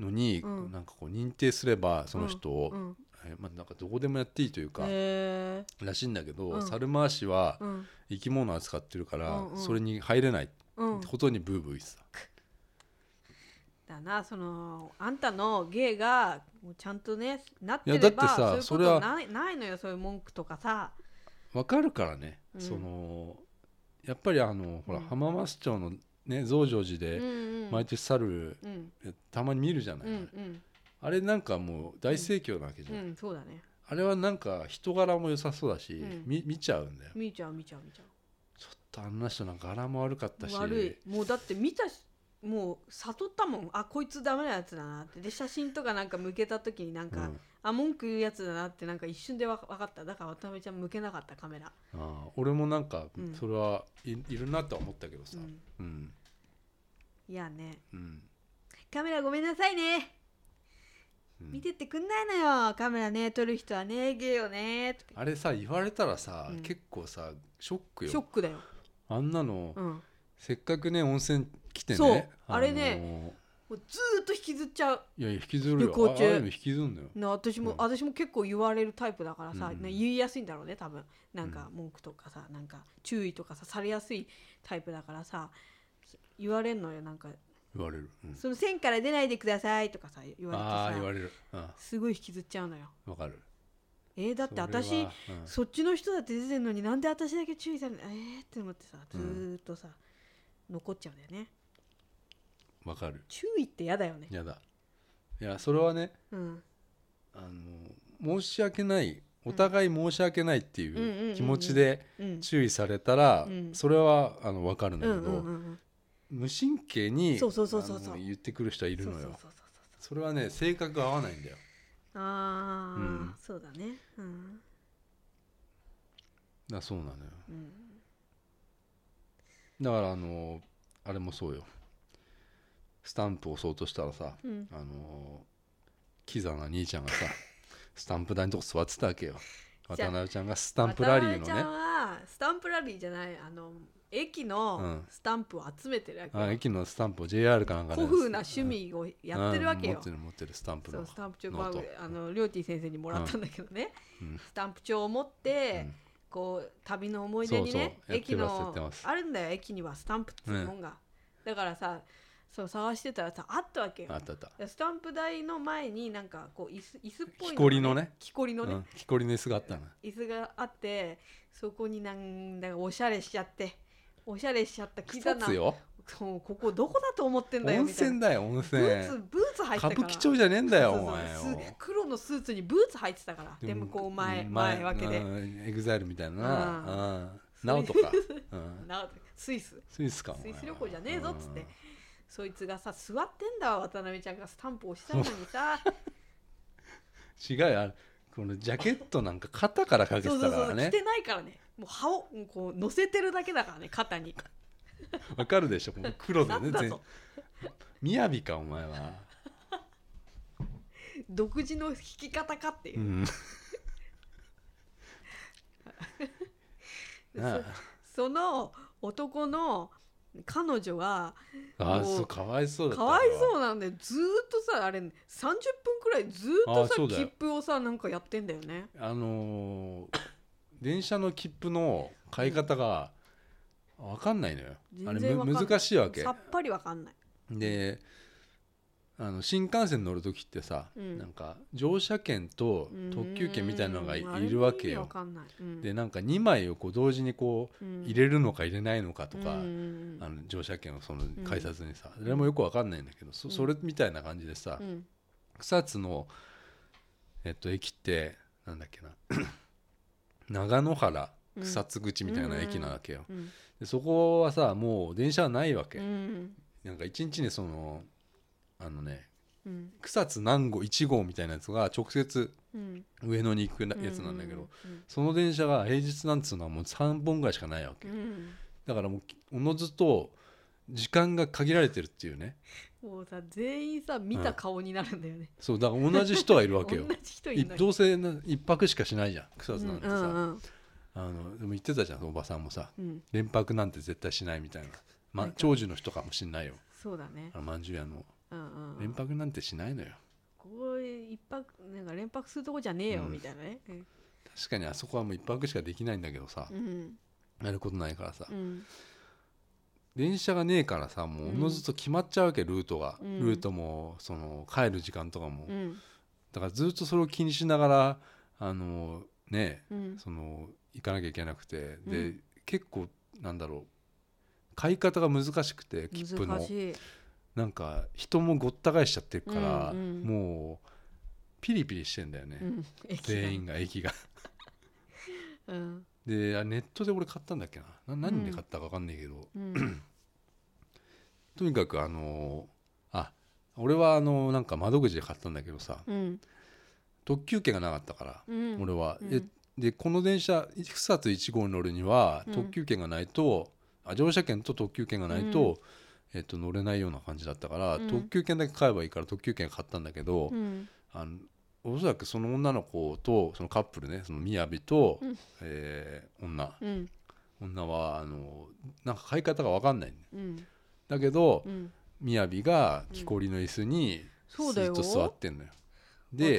S1: のに、
S2: うん
S1: なんかこう認定すればその人を、
S2: うん。
S1: えまあ、なんかどこでもやっていいというか、
S2: へえ。
S1: らしいんだけど、
S2: うん
S1: 猿回しは
S2: うん。
S1: 生き物扱ってるから、
S2: うんうん
S1: それに入れないって
S2: うん。
S1: ことにブーブー言ってた、
S2: だな、その、あんたの芸が、もうちゃんとね、なって
S1: いや
S2: れ
S1: だってさ
S2: ば、そ
S1: そう
S2: い
S1: れ
S2: うこと
S1: は
S2: ないないのよ、そういう文句とかさ。
S1: わかるからね、
S2: うん
S1: そのやっぱりあのほら、
S2: うん
S1: 浜松町のね増上寺
S2: うん
S1: で
S2: うん。
S1: 毎年猿、
S2: うん。
S1: たまに見るじゃない、
S2: うんうん。
S1: あれなんかもう大盛況なわけじゃ、
S2: うんん、そうだね。
S1: あれはなんか人柄も良さそうだし、
S2: うん
S1: み見ちゃうんだよ
S2: 見ちゃう、見ちゃう、見ちゃ
S1: ちょっとあんな人なんか柄も悪かったし
S2: う。悪い。もうだって見たし。もう悟ったもんあこいつダメなやつだなってで写真とかなんか向けた時にな
S1: う
S2: ん
S1: ん
S2: か、あ文句言うやつだなってなんか一瞬でわ分かっただから渡辺ちゃん向けなかったカメラ、
S1: ああ俺もなんか
S2: うん
S1: それはい,、るなとは思ったけど
S2: う
S1: さ、
S2: ん、
S1: うん
S2: いやね
S1: うん
S2: カメラごめんなさいね
S1: うん
S2: 見てってくんないのよカメラね撮る人はねゲーよねとか
S1: あれさ言われたらさ、
S2: うん
S1: 結構さショックよ
S2: ショックだよ、
S1: あんなの、
S2: うん、も
S1: せっかくね温泉来てね
S2: そう
S1: のー
S2: あれねうずーっと引きずっちゃう
S1: いやいや引きずるよ
S2: 旅行中
S1: ああいうの引きずるのよ
S2: な私も、
S1: うん
S2: 私も結構言われるタイプだからさ、
S1: うん
S2: ね言いやすいんだろうね多分なんか文句とかさなんか注意とかさされやすいタイプだからさ言われんのよなんか
S1: 言われる、うん
S2: その線から出ないでくださいとかさ言われて
S1: ああ
S2: さ
S1: 言われるうん
S2: すごい引きずっちゃうのよ
S1: わかる
S2: えー、だって私
S1: それ
S2: そ,、
S1: はうん
S2: っちの人だって出てんのになんで私だけ注意されないえー、って思ってさずーっとさ、残っちゃうんだよね
S1: わかる
S2: 注意って嫌だよね
S1: やだいやそれはね
S2: うん
S1: あの申し訳ないお互い申し訳ないって
S2: んうんうんう
S1: い
S2: ん
S1: う気持ちで
S2: うん
S1: 注意されたら、
S2: うん
S1: それはあの分かるんだ
S2: う
S1: け
S2: んう
S1: ど、
S2: んうん
S1: 無神経に
S2: そうそうそうそうそう
S1: あの言ってくる人はい
S2: うん
S1: る
S2: そ
S1: の
S2: う
S1: よ
S2: そうそう
S1: そ
S2: そう
S1: れはね性格が合わないんだよ
S2: ああ、
S1: うん
S2: そうだねうん
S1: だそうなのよ
S2: うん、
S1: だからあのあれもそうよスタンプ押そうとしたらさ
S2: うん、
S1: あのキザな兄ちゃん
S2: <laughs>
S1: がさスタンプ台のとこ座ってたわけよ
S2: じ
S1: 渡
S2: ゃあ
S1: 辺ちゃんがスタンプラリーの
S2: 渡辺ちゃん
S1: ね
S2: はスタンプラリーじゃないあの駅の
S1: うん
S2: スタンプを集めてるわけよ、
S1: あ駅のスタンプを JR かなんかで
S2: 古風な趣味をやってるわけ
S1: うん持
S2: よ
S1: って、る持ってるスタンプ
S2: そ
S1: の
S2: うスタンプ帳
S1: ノート
S2: まああのりょうてぃ先生にもらったんだけどね、
S1: うん
S2: スタンプ帳を持って、
S1: うん
S2: こう旅の思い出に
S1: そう
S2: ね
S1: そうやって
S2: 駅
S1: ますや
S2: の
S1: ってます
S2: あるんだよ駅にはスタンプっていうもんが、だからさそう探してたらさあったわけよ
S1: あったあった
S2: でスタンプ台の前になんかこう椅子椅子っぽい
S1: 木こりのね
S2: 木こりのね、
S1: うん木こりの椅子があったの
S2: 椅子があってそこになんだかおしゃれしちゃっておしゃれしちゃったキザ
S1: 草
S2: な
S1: 津よ
S2: そうここどこだと思ってんだよ
S1: 温
S2: みたい
S1: 泉
S2: な
S1: だよ温
S2: ブ
S1: 泉
S2: ーツブーツ履いてた
S1: 歌
S2: から
S1: 舞伎町じゃねえんだよ
S2: そ
S1: お
S2: うそう
S1: 前
S2: そう
S1: を
S2: す黒のスーツにブーツ履いてたからでもこう前
S1: うん
S2: 前わけで
S1: うんエグザイルみたいなな
S2: あ
S1: うんなおとかうん
S2: なスイス
S1: スイスか
S2: スイス旅行じゃねえぞっつってそいつがさ座ってんだわ渡辺ちゃんがスタンプ押したのにさ
S1: て違うよあれこのジャケットなんか肩からかけて
S2: そうそ
S1: た
S2: う
S1: か
S2: そ
S1: ら
S2: う着
S1: ね
S2: てないからねもう羽をもうこう乗せてるだけだからね肩に
S1: わかるでしょこの黒で
S2: なん
S1: ね
S2: だ
S1: 全
S2: ぞ
S1: 雅かお前は
S2: 独自の引き方かっていうう、 <laughs>
S1: ん
S2: で
S1: なあ
S2: そその男の彼女は
S1: <laughs> あー
S2: もう
S1: そうかわいそうだった
S2: かわい
S1: あ
S2: そうなんでずーっとさあれ30分くらいずー
S1: あ
S2: っ
S1: そ
S2: とさ
S1: うだよ
S2: 切符をさなんかやってんだよね
S1: れはあのー電車の切符の買い方がわかんないのよあ
S2: 全
S1: れ
S2: 然わかん
S1: む
S2: ない
S1: 難しいわけ
S2: さっぱりわかんない
S1: であの新幹線乗る時ってさ、
S2: うん
S1: なんか乗車券と特急券みたいなのがい
S2: うんあれ
S1: いるわけ
S2: 意味わ
S1: よ。
S2: かんないうん
S1: でなんか2枚をこう同時にこ
S2: う
S1: うん入れるのか入れないのかとか、
S2: うんうん
S1: あの乗車券をその
S2: ん
S1: 改札にさ、あれもよくわかんないんだけどそ
S2: うん
S1: それみたいな感じでさ、
S2: うん
S1: 草津の、えっと、駅ってなんだっけな <clears throat> 長野原草津口みたいな駅なわけよ。
S2: うん
S1: でそこはさもう電車はないわけ。
S2: うん
S1: なんか一日にそのあのね
S2: うん
S1: 草津南郷1号みたいなやつが直接
S2: うん
S1: 上野に行くなやつなんだけど、
S2: うん
S1: その電車が平日なんつうのはもう3本ぐらいしかないわけ、
S2: うん
S1: だからもうおのずと時間が限られてるっていうね
S2: もうさ全員さ見た顔になるんだよね
S1: そうだから同じ人はいるわ
S2: 同
S1: け
S2: じ <laughs>
S1: よ
S2: 人い
S1: い
S2: るのに
S1: どうせな一泊しかしないじゃん草津なんてさ、
S2: うんうん
S1: あのでも言ってたじゃんおばさんもさ
S2: うん
S1: 連泊なんて絶対しないみたいな、ま
S2: なんか
S1: 長寿の人かもしんないよ
S2: そうだね
S1: あのまんじゅう屋の
S2: うんうん
S1: 連泊なんてしないのよ
S2: ここ一泊なんか連泊するとこじゃねえよ
S1: うん
S2: みたいなねうん
S1: 確かにあそこはもう一泊しかできないんだけどさ、
S2: うん
S1: やることないからさ、
S2: うん
S1: 電車がねえからさもうおのずと決まっちゃうわけ、ルートが、
S2: うん
S1: ルートもその帰る時間とかも、
S2: うん
S1: だからずっとそれを気にしながらあのね
S2: うん
S1: その行かなきゃいけなくてで、
S2: うん
S1: 結構なんだろう買い方が難しくて切符
S2: 難
S1: の
S2: しい
S1: なんか人もごった返しちゃってるから、
S2: うんうん
S1: もうピリピリしてんだよね、
S2: うん駅が
S1: 全員が駅が <laughs>
S2: うん
S1: であネットで俺買ったんだっけなな何で買ったか分かんないけど、
S2: うん
S1: とにかくあのあ俺はあのなんか窓口で買ったんだけどさ
S2: うん
S1: 特急券がなかったから、
S2: うん
S1: 俺は、
S2: うん
S1: えでこの電車草津1号に乗るには
S2: うん
S1: 特急券がないと、あ乗車券と特急券がないと、えっと、乗れないような感じだったから、
S2: うん
S1: 特急券だけ買えばいいから特急券買ったんだけど、
S2: うん
S1: あのおそらくその女の子とそのカップルねそのみやびと、
S2: うん
S1: えー女
S2: うん
S1: 女はあのなんか買い方が分かんないんだよ
S2: うん
S1: だけど、
S2: うん
S1: みやびが木こりの椅子にず
S2: そうだ
S1: っ
S2: よ
S1: と座ってんのよ。
S2: で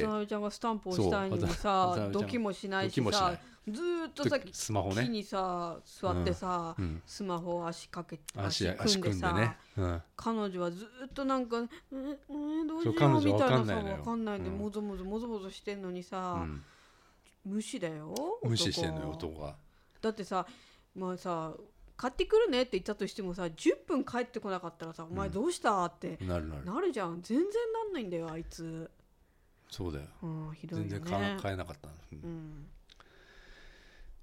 S1: で
S2: 渡、辺ちゃんがスタンプをしたいのに
S1: そう渡辺渡
S2: さ
S1: 辺ちゃん
S2: ドキもしない
S1: 時
S2: し
S1: もしな
S2: さ
S1: い。
S2: ずーっとさ
S1: スマホ
S2: 木
S1: ね。
S2: にさ座ってさ、
S1: うん、
S2: スマホを足かけ
S1: 足
S2: 足
S1: 足組
S2: 組ん
S1: ん
S2: で
S1: で
S2: さ
S1: ね。うん、
S2: 彼女はずーっとなんか「えええどうし
S1: そ
S2: よ
S1: う彼
S2: う」
S1: 女
S2: みたい
S1: わか
S2: なんさ
S1: ないのよ
S2: わかんないで、
S1: うん
S2: もぞもぞもぞもぞしてんのに
S1: う
S2: さ、
S1: ん、
S2: 無視だよ
S1: 無視してんのよ男が。
S2: だってさまあさ買ってくるねって言ったとしてもさ10分帰ってこなかったらさ「お前どうした?」って
S1: なるなる。
S2: なるじゃん全然なんないんだよあいつ
S1: そうだよ。
S2: うんひどいよ
S1: 全
S2: ね
S1: 然買,、買えなかったの、う
S2: うんん、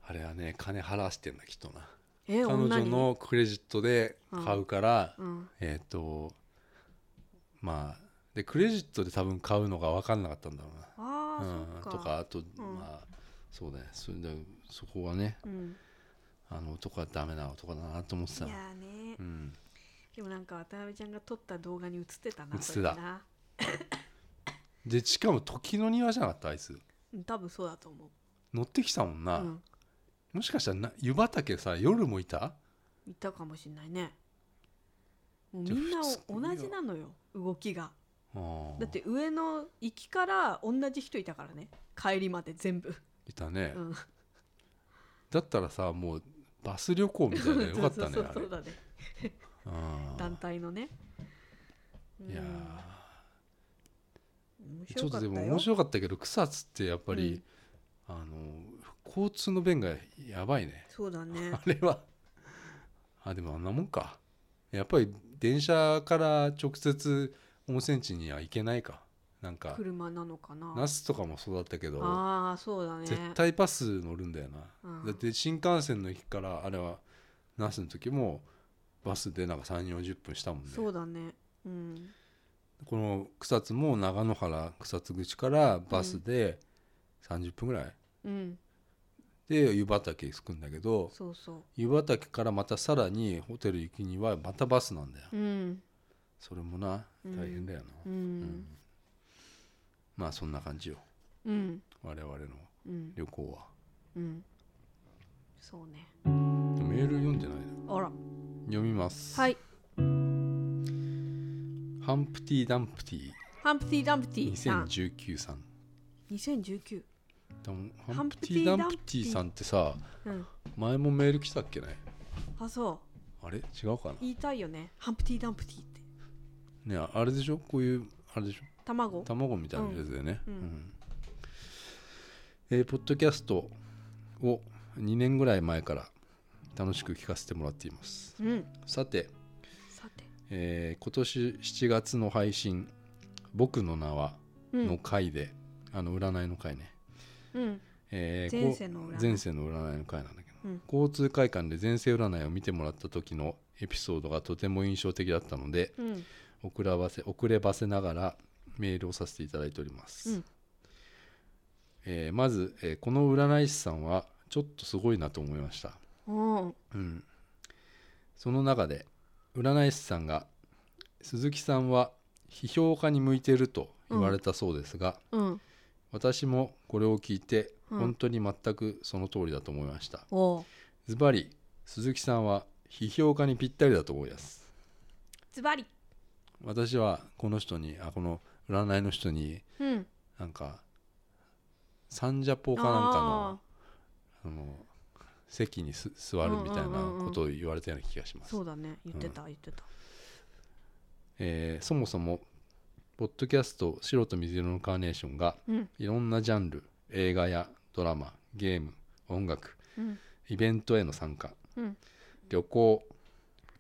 S1: あれはね金払わしてんだきっとな。
S2: え
S1: 彼
S2: 女
S1: 女
S2: に
S1: のクレジットで買うから、
S2: うん
S1: えっ、とまあでクレジットで多分買うのが分かんなかったんだろうな。
S2: ああ、
S1: うん
S2: そっか
S1: とかあと、
S2: ん
S1: まあそうだよそれでそこはね
S2: うん、
S1: あの男はダメな男だなと思って
S2: い
S1: た
S2: や
S1: の
S2: ーね、
S1: うん
S2: でもなんか渡辺ちゃんが撮った動画に映ってたな
S1: 映ってた
S2: それな
S1: でしかも時の庭じゃなかったあいつ
S2: うん多分そうだと思う
S1: 乗ってきたもんな、
S2: うん、
S1: もしかしたらな湯畑さ夜もいた
S2: いたかもしんないねもう
S1: じゃ
S2: み
S1: あ
S2: んな
S1: 普通には
S2: 同じなのよ動きが
S1: あー
S2: だって上の行きから同じ人いたからね帰りまで全部、
S1: いたね、
S2: うん、
S1: だったらさもうバス旅行みたいなのよかったね
S2: <laughs> そうそう
S1: あ
S2: そ
S1: れ
S2: うだね
S1: うん
S2: 団体のねうん
S1: いやー
S2: 面
S1: ちょ
S2: 白
S1: っと
S2: かった
S1: で
S2: よ
S1: も面白かったけど草津ってやっぱり、あの交通の便がやばいね
S2: そう
S1: <laughs>
S2: だね
S1: あれはあでもあんなもんかやっぱり電車から直接温泉地には行けないかなんか
S2: 車なのかな
S1: 那須とかもそうだったけど
S2: ああそうだね
S1: 絶対バス乗るんだよな、
S2: うん
S1: だって新幹線の駅からあれは那須の時もバスでなんか3 4 0分したもんね
S2: そうだねうん
S1: この草津も長野原草津口からバスで30分ぐらい、
S2: うん
S1: で湯畑行くんだけど
S2: そうそ
S1: 湯畑からまたさらにホテル行くにはまたバスなんだよ、
S2: ううん
S1: それもな
S2: うん
S1: 大変だよな、う
S2: う
S1: ん
S2: ん
S1: まあそんな感じよ
S2: うん
S1: 我々の
S2: うん
S1: 旅行は
S2: うんそうね
S1: でもメール読んでないな
S2: あら
S1: 読みます、
S2: はい
S1: ハンプティ・ダンプティ
S2: ハンプティ・ダンプティさん
S1: 2019さん
S2: 2019
S1: でもハ
S2: ハ
S1: ン
S2: ン
S1: プ
S2: プ
S1: テ
S2: テ
S1: ィ・
S2: ィ
S1: ダンプティさんってさ
S2: うん
S1: 前もメール来たっけね
S2: あそ
S1: あれ違うかな
S2: う言いたいよねハンプティ・ダンプティって
S1: ねあれでしょこういうあれでしょ
S2: 卵
S1: 卵みたいなやつだよね、
S2: うんうん
S1: えーポッドキャストを2年ぐらい前から楽しく聞かせてもらっています
S2: うん
S1: さて、
S2: さて
S1: えー今年7月の配信「僕の名は」
S2: う
S1: の
S2: ん
S1: 回で、あの占いの回ね、
S2: うん
S1: えー
S2: 前世の占い
S1: 前世の占いの回なんだけど、
S2: うん
S1: 交通会館で前世占いを見てもらった時のエピソードがとても印象的だったので
S2: うん
S1: 遅らばせ遅ればせながらメールをさせていただいております、
S2: うん
S1: えーまず、えーこの占い師さんはちょっとすごいなと思いました、
S2: おー
S1: うん、その中で占い師さんが鈴木さんは批評家に向いてると言われたそうですが、
S2: うん
S1: 私もこれを聞いて
S2: うん
S1: 本当に全くその通りだと思いました、
S2: おー
S1: ズバリ鈴木さんは批評家にぴったりだと思います
S2: ズバリ
S1: 私はこの人にあこの占いの人に
S2: うん
S1: なんかサンジャポかなんかのあの席にす座るみたいなことを言われたような気がします、
S2: そうだね言ってた言ってた
S1: えーそもそもポッドキャスト「白と水色のカーネーション」が
S2: うん
S1: いろんなジャンル映画やドラマゲーム音楽
S2: うん
S1: イベントへの参加
S2: うん
S1: 旅行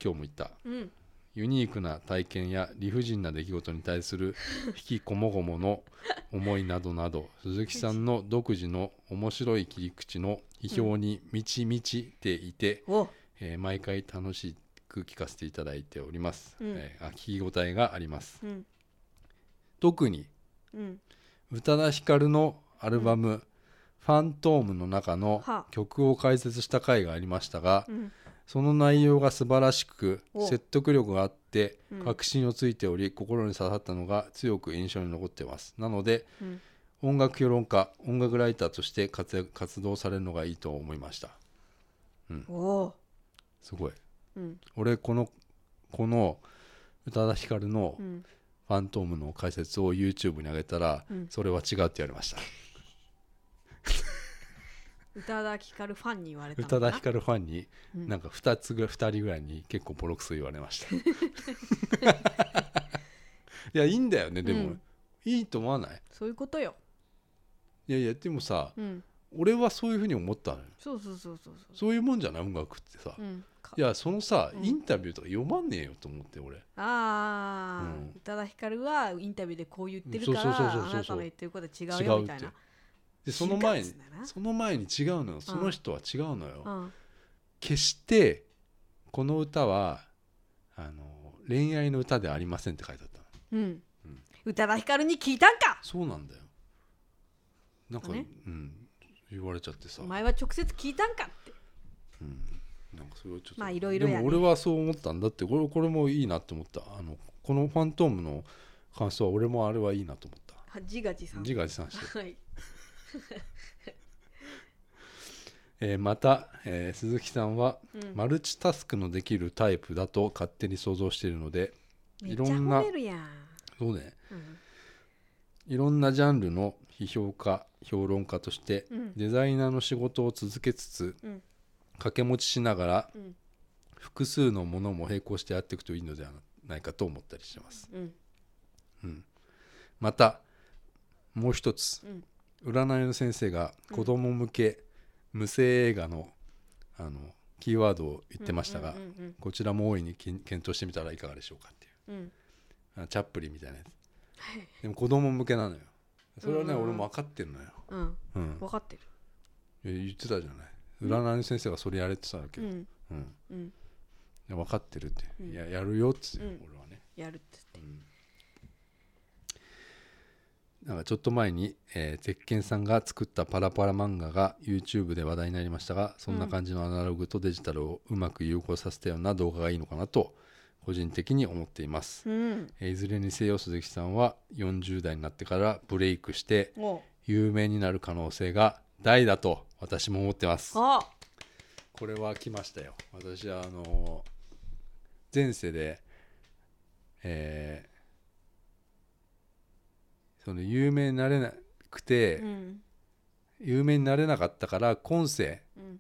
S1: 今日も行った
S2: うん
S1: ユニークな体験や理不尽な出来事に対する引きこもごもの思いなどな
S2: <laughs>
S1: ど鈴木さんの独自の面白い切り口の批評に満ち満ちていて、
S2: お
S1: えー毎回楽しく聞かせていただいております、
S2: うん
S1: えーあ聞き応えがあります
S2: うん
S1: 特に
S2: うん
S1: 宇多田ヒカルのアルバム「ファントーム」の中の
S2: はあ
S1: 曲を解説した回がありましたが、
S2: うん
S1: その内容が素晴らしく
S2: お
S1: 説得力があって
S2: うん
S1: 確信をついており、心に刺さったのが強く印象に残ってますなので
S2: うん
S1: 音楽評論家音楽ライターとして活躍活動されるのがいいと思いました
S2: おー
S1: すごい
S2: うん
S1: 俺このこの宇多田ヒカルの
S2: うん
S1: 「ファントム」の解説を YouTube に上げたら、
S2: うん
S1: それは違うって言われました
S2: 宇多田ヒカルファンに言われた
S1: 宇
S2: のか
S1: 多
S2: な
S1: 田ヒカルファンに
S2: うん
S1: なんか2つぐらい2人ぐらいに結構ボロクソ言われました
S2: <laughs>
S1: いやいいんだよねでも、
S2: うん
S1: いいと思わない
S2: そういうことよ
S1: いやいやでもさ、
S2: うん
S1: 俺はそういうふうに思ったのよ
S2: そうそうそうそうそ
S1: そういうもんじゃない音楽ってさ、
S2: ううんか
S1: いやそのさ、
S2: うん
S1: インタビューとか読まねえよと思って俺
S2: ああ、
S1: うん
S2: 宇多田ヒカルはインタビューでこう言ってる
S1: そう
S2: か
S1: そうそう
S2: ら
S1: そうそう
S2: あなたの言ってることは違う
S1: 違
S2: よ
S1: う
S2: み
S1: った
S2: い
S1: て
S2: な。
S1: でその前に
S2: 新幹線だな
S1: その前に違うのよその人は違うのよ、
S2: うん、
S1: 決してこの歌はあの恋愛の歌ではありませんって書いてあったの
S2: うん
S1: うん、
S2: 宇多田ヒカルに聞いたんか
S1: そうなんだよなんか、
S2: だね
S1: うん言われちゃってさ
S2: お、前は直接聞いたんかって
S1: うん、なんかそれはちょっと、
S2: まあいろいろや
S1: で
S2: ね
S1: も俺はそう思ったんだってこれこれもいいなって思ったあのこの「ファントム」の感想は俺もあれはいいなと思った
S2: は自画自賛
S1: 自画自賛して
S2: はい
S1: えーまた、えー鈴木さんは
S2: うん
S1: マルチタスクのできるタイプだと勝手に想像しているので
S2: めっ
S1: い
S2: ちゃ
S1: ろん
S2: 褒
S1: な
S2: めるやん、
S1: そうね
S2: うん
S1: いろんなジャンルの批評家評論家として
S2: うん
S1: デザイナーの仕事を続けつつ
S2: うん
S1: 掛け持ちしながら
S2: うん
S1: 複数のものも並行してやっていくといいのではないかと思ったりしてます
S2: うん
S1: またもう一つ
S2: うん
S1: 占いの先生が子供向け無声映画のあのキーワードを言ってましたが
S2: うんうん
S1: こちらも大いに検検討してみたらいかがでしょうかっていう
S2: うんうん
S1: あチャップリンみたいなやつでも子供向けなのよそれはね、
S2: うんうんうん
S1: 俺も分かってるのよ、
S2: うんうん
S1: うん、
S2: 分かって
S1: いや言ってたじゃない占いの先生がそれやれってたわけ
S2: るう
S1: ど、
S2: ん
S1: うん
S2: うん
S1: いや分かってるって、
S2: うん
S1: いややるよっつって、
S2: うん
S1: 俺はね
S2: やるっつって
S1: なんかちょっと前に、えー、ゼッケンさんが作ったパラパラ漫画が YouTube で話題になりましたがそんな感じのアナログとデジタルをうまく融合させたような動画がいいのかなと個人的に思っています、
S2: うん
S1: えーいずれにせよ鈴木さんは40代になってからブレイクして
S2: お
S1: 有名になる可能性が大だと私も思ってます
S2: あ
S1: これは来ましたよ私はあの前世でえーその有名になれなくて、
S2: うん
S1: 有名になれなかったから今世
S2: うん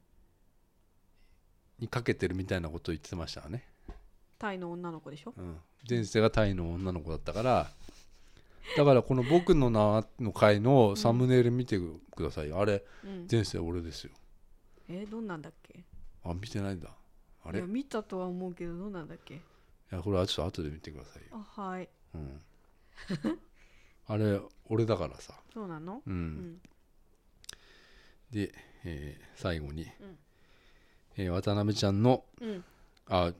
S1: にかけてるみたいなことを言ってましたわね、
S2: タイの女の子でしょ
S1: うん、前世がタイの女の子だったからだからこの「僕の名」の回のサムネイル見てくださいよ、あれ
S2: うん
S1: 前世俺ですよ
S2: えどんなんだっけ
S1: あ見てないんだあ
S2: あ
S1: れい
S2: いや見たとは思うけどどんなんだっけ
S1: やこれはちょっと後で見てくださいよ
S2: あはい
S1: うんあれ俺だからさ、
S2: そうなの
S1: うん
S2: うん
S1: で、えー最後に、
S2: うん
S1: えー渡辺ちゃんの
S2: うん
S1: あ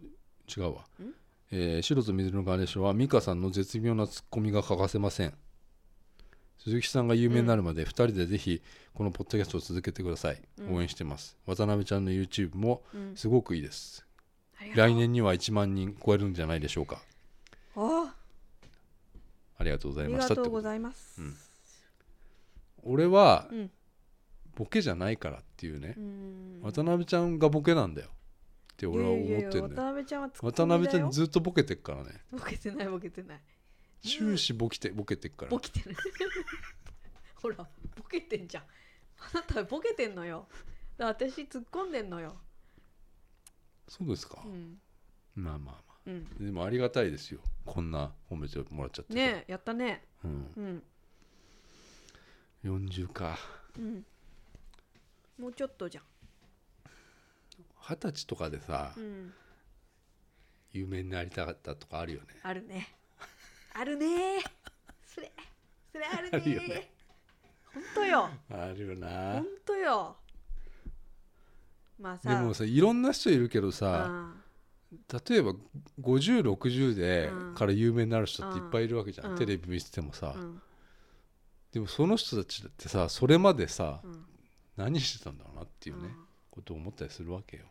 S1: 違うわ、えー白と水のガーネーションは美香さんの絶妙なツッコミが欠かせません鈴木さんが有名になるまで2人でぜひこのポッドキャストを続けてください、
S2: うん
S1: 応援してます渡辺ちゃんの YouTube も
S2: うん
S1: すごくいいです、
S2: ありがとう
S1: 来年には1万人超えるんじゃないでしょうか
S2: あ
S1: ありがとうご
S2: あ
S1: ざい
S2: り
S1: ましたって
S2: がとう
S1: こ
S2: ご
S1: と
S2: ざいます
S1: うん俺は
S2: うん
S1: ボケじゃないからっていうね、
S2: うん
S1: 渡辺ちゃんがボケなんだよって俺は思って
S2: いやいやいや
S1: んだ
S2: 渡
S1: よ
S2: 辺ちゃんはツッコミだ
S1: 渡
S2: よ
S1: 辺ちゃんずっとボケてっからね
S2: ボケてないボケてない
S1: 終始ボケてボケてっから
S2: ボケてる <laughs> ほらボケてんじゃんあなたボケてんのよだから私突っ込んでんのよ
S1: そうですか
S2: う、ん
S1: まあまあま
S2: うん
S1: あでもありがたいですよこんな褒めてもらっちゃってさ
S2: ねえやったね
S1: うん、
S2: うん
S1: 40か
S2: うんもうちょっとじゃん
S1: 二十歳とかでさ、
S2: うん
S1: 有名になりたかったとかあるよね
S2: あるねあるねそれそれある
S1: あるよ
S2: ね
S1: ね
S2: ほんとよ
S1: あるよ
S2: ほ
S1: なん
S2: とよまあ
S1: で
S2: さ
S1: もさいろんな人いるけどさ
S2: あ
S1: 例えば5060で
S2: うん
S1: から有名になる人っていっぱいいるわけじゃん、
S2: うん
S1: テレビ見ててもさ、
S2: うん
S1: でもその人たちだってさそれまでさ、
S2: うん
S1: 何してたんだろうなっていうね、
S2: うん
S1: ことを思ったりするわけよ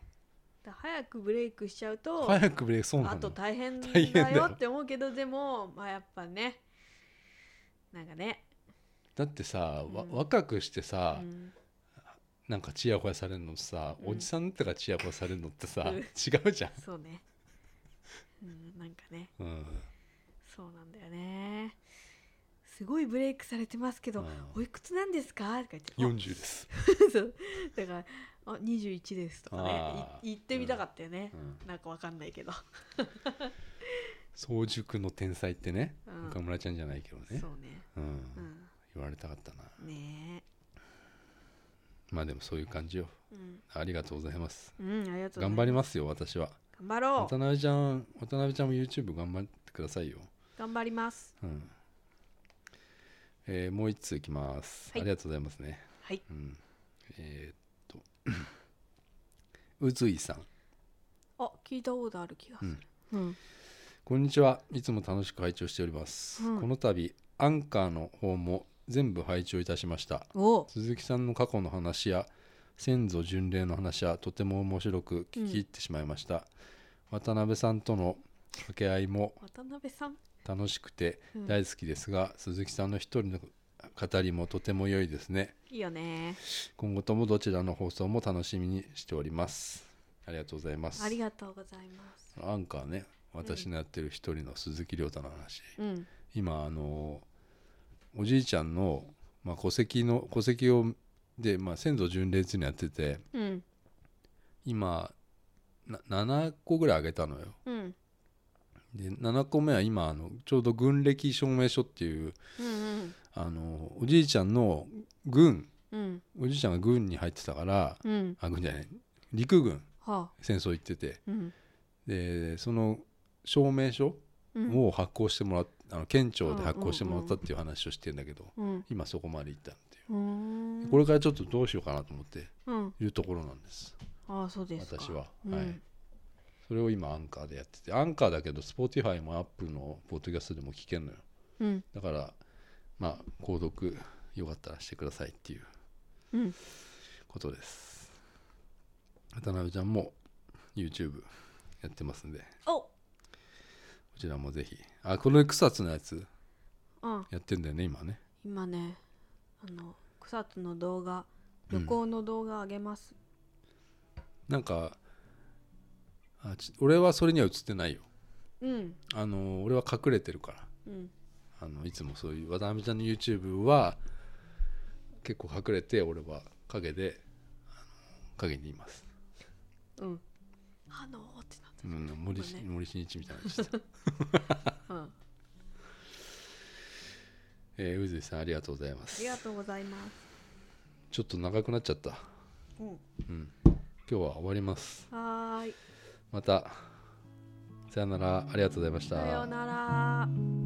S2: だ早くブレイクしちゃうと
S1: 早くブレイクそうな
S2: あ
S1: の
S2: と大変
S1: 大変
S2: だ
S1: だよ
S2: よって思うけどでもまあやっぱねなんかね、
S1: だってさ、わ
S2: うん
S1: 若くして
S2: う
S1: さ、
S2: ん、
S1: なんかちやほやされるのとさ、
S2: うん
S1: おじさんとかちやほやされるのってさ、
S2: うん
S1: 違うじゃん、
S2: そうね、うん、なんかね
S1: うん、
S2: そうなんだよねすごいブレイクされてますけど、
S1: うん
S2: おいくつなんですか?」とか言って
S1: 40です、
S2: あ <laughs> そうだから「あ21です」とかね
S1: あー
S2: い言ってみたかったよね
S1: う、ん、
S2: なんかわかんないけど、
S1: 早熟の天才ってね
S2: うん
S1: 岡村ちゃんじゃないけどね、
S2: そうね
S1: うん
S2: うん
S1: 言われたかったな
S2: ね
S1: まあでもそういう感じよ
S2: えうん、
S1: ありがとうございます
S2: うん、ありがとうござい
S1: 頑張りますよ私は
S2: 頑張ろ
S1: 渡
S2: う
S1: 辺ちゃん渡辺ちゃんも YouTube 頑張ってくださいよ
S2: 頑張ります
S1: うんえーもう一通いきます、
S2: はい
S1: ありがとうございますね、
S2: はい
S1: うん、えーっとうずいさん
S2: あ聞いたことある気がするうん
S1: こんにちはいつも楽しく拝聴しております、
S2: うん
S1: この度アンカーの方も全部拝聴いたしました
S2: お
S1: 鈴木さんの過去の話や先祖巡礼の話はとても面白く聞き入ってしまいました、渡辺さんとの掛け合いも
S2: 渡辺さん、
S1: 楽しくて
S2: うん
S1: 大好きですが、鈴木さんの一人の語りもとても良いですね
S2: いいよね
S1: 今後ともどちらの放送も楽しみにしておりますありがとうございます
S2: ありがとうございます
S1: アンカーね私のやってる一人の鈴木亮太の話、
S2: うん
S1: 今あのおじいちゃんの、まあ、戸籍の戸籍をで、まあ、先祖巡礼っていうのやってて
S2: うん
S1: 今な7個ぐらいあげたのよ
S2: うん
S1: で7個目は今あのちょうど軍歴証明書っていう
S2: うん
S1: あのおじいちゃんの軍
S2: うん
S1: おじいちゃんが軍に入ってたから
S2: うん
S1: あ軍じゃない陸軍
S2: はあ
S1: 戦争行ってて
S2: うん
S1: でその証明書
S2: うん
S1: を発行してもらっあの県庁で発行してもらったっていう話をしてんだけど、
S2: うん
S1: 今そこまで行ったっていう
S2: ー
S1: う、
S2: ん
S1: これからちょっとどうしようかなと思って
S2: うん
S1: いるところなんです
S2: ああそうですか
S1: 私は、
S2: うん
S1: はいそれを今アンカーでやっててアンカーだけど Spotify も Apple のポッドキャストでも聞けんのよ
S2: うん
S1: だからまあ購読よかったらしてくださいっていう
S2: うん
S1: ことです渡辺ちゃんも YouTube やってますんでこ
S2: お
S1: ちらもぜひあこの草津のやつ
S2: うん
S1: やってんだよね今ね
S2: 今ねあの草津の動画旅行の動画あげます、
S1: なんかあち俺はそれには映ってないよ
S2: うん
S1: あの俺は隠れてるから
S2: うん
S1: あのいつもそういう渡辺ちゃんの YouTube は結構隠れて俺は影であの影にいます、
S2: うんあのーってなって
S1: うん、森し
S2: ごめん
S1: 森進一みたいな <laughs> のしてた
S2: うんあ
S1: えー宇髄さんありがとうございます
S2: りがとうございます
S1: ちょっと長くなっちゃった
S2: うん
S1: うん今日は終わります
S2: はーい
S1: またさよならありがとうございました
S2: さようなら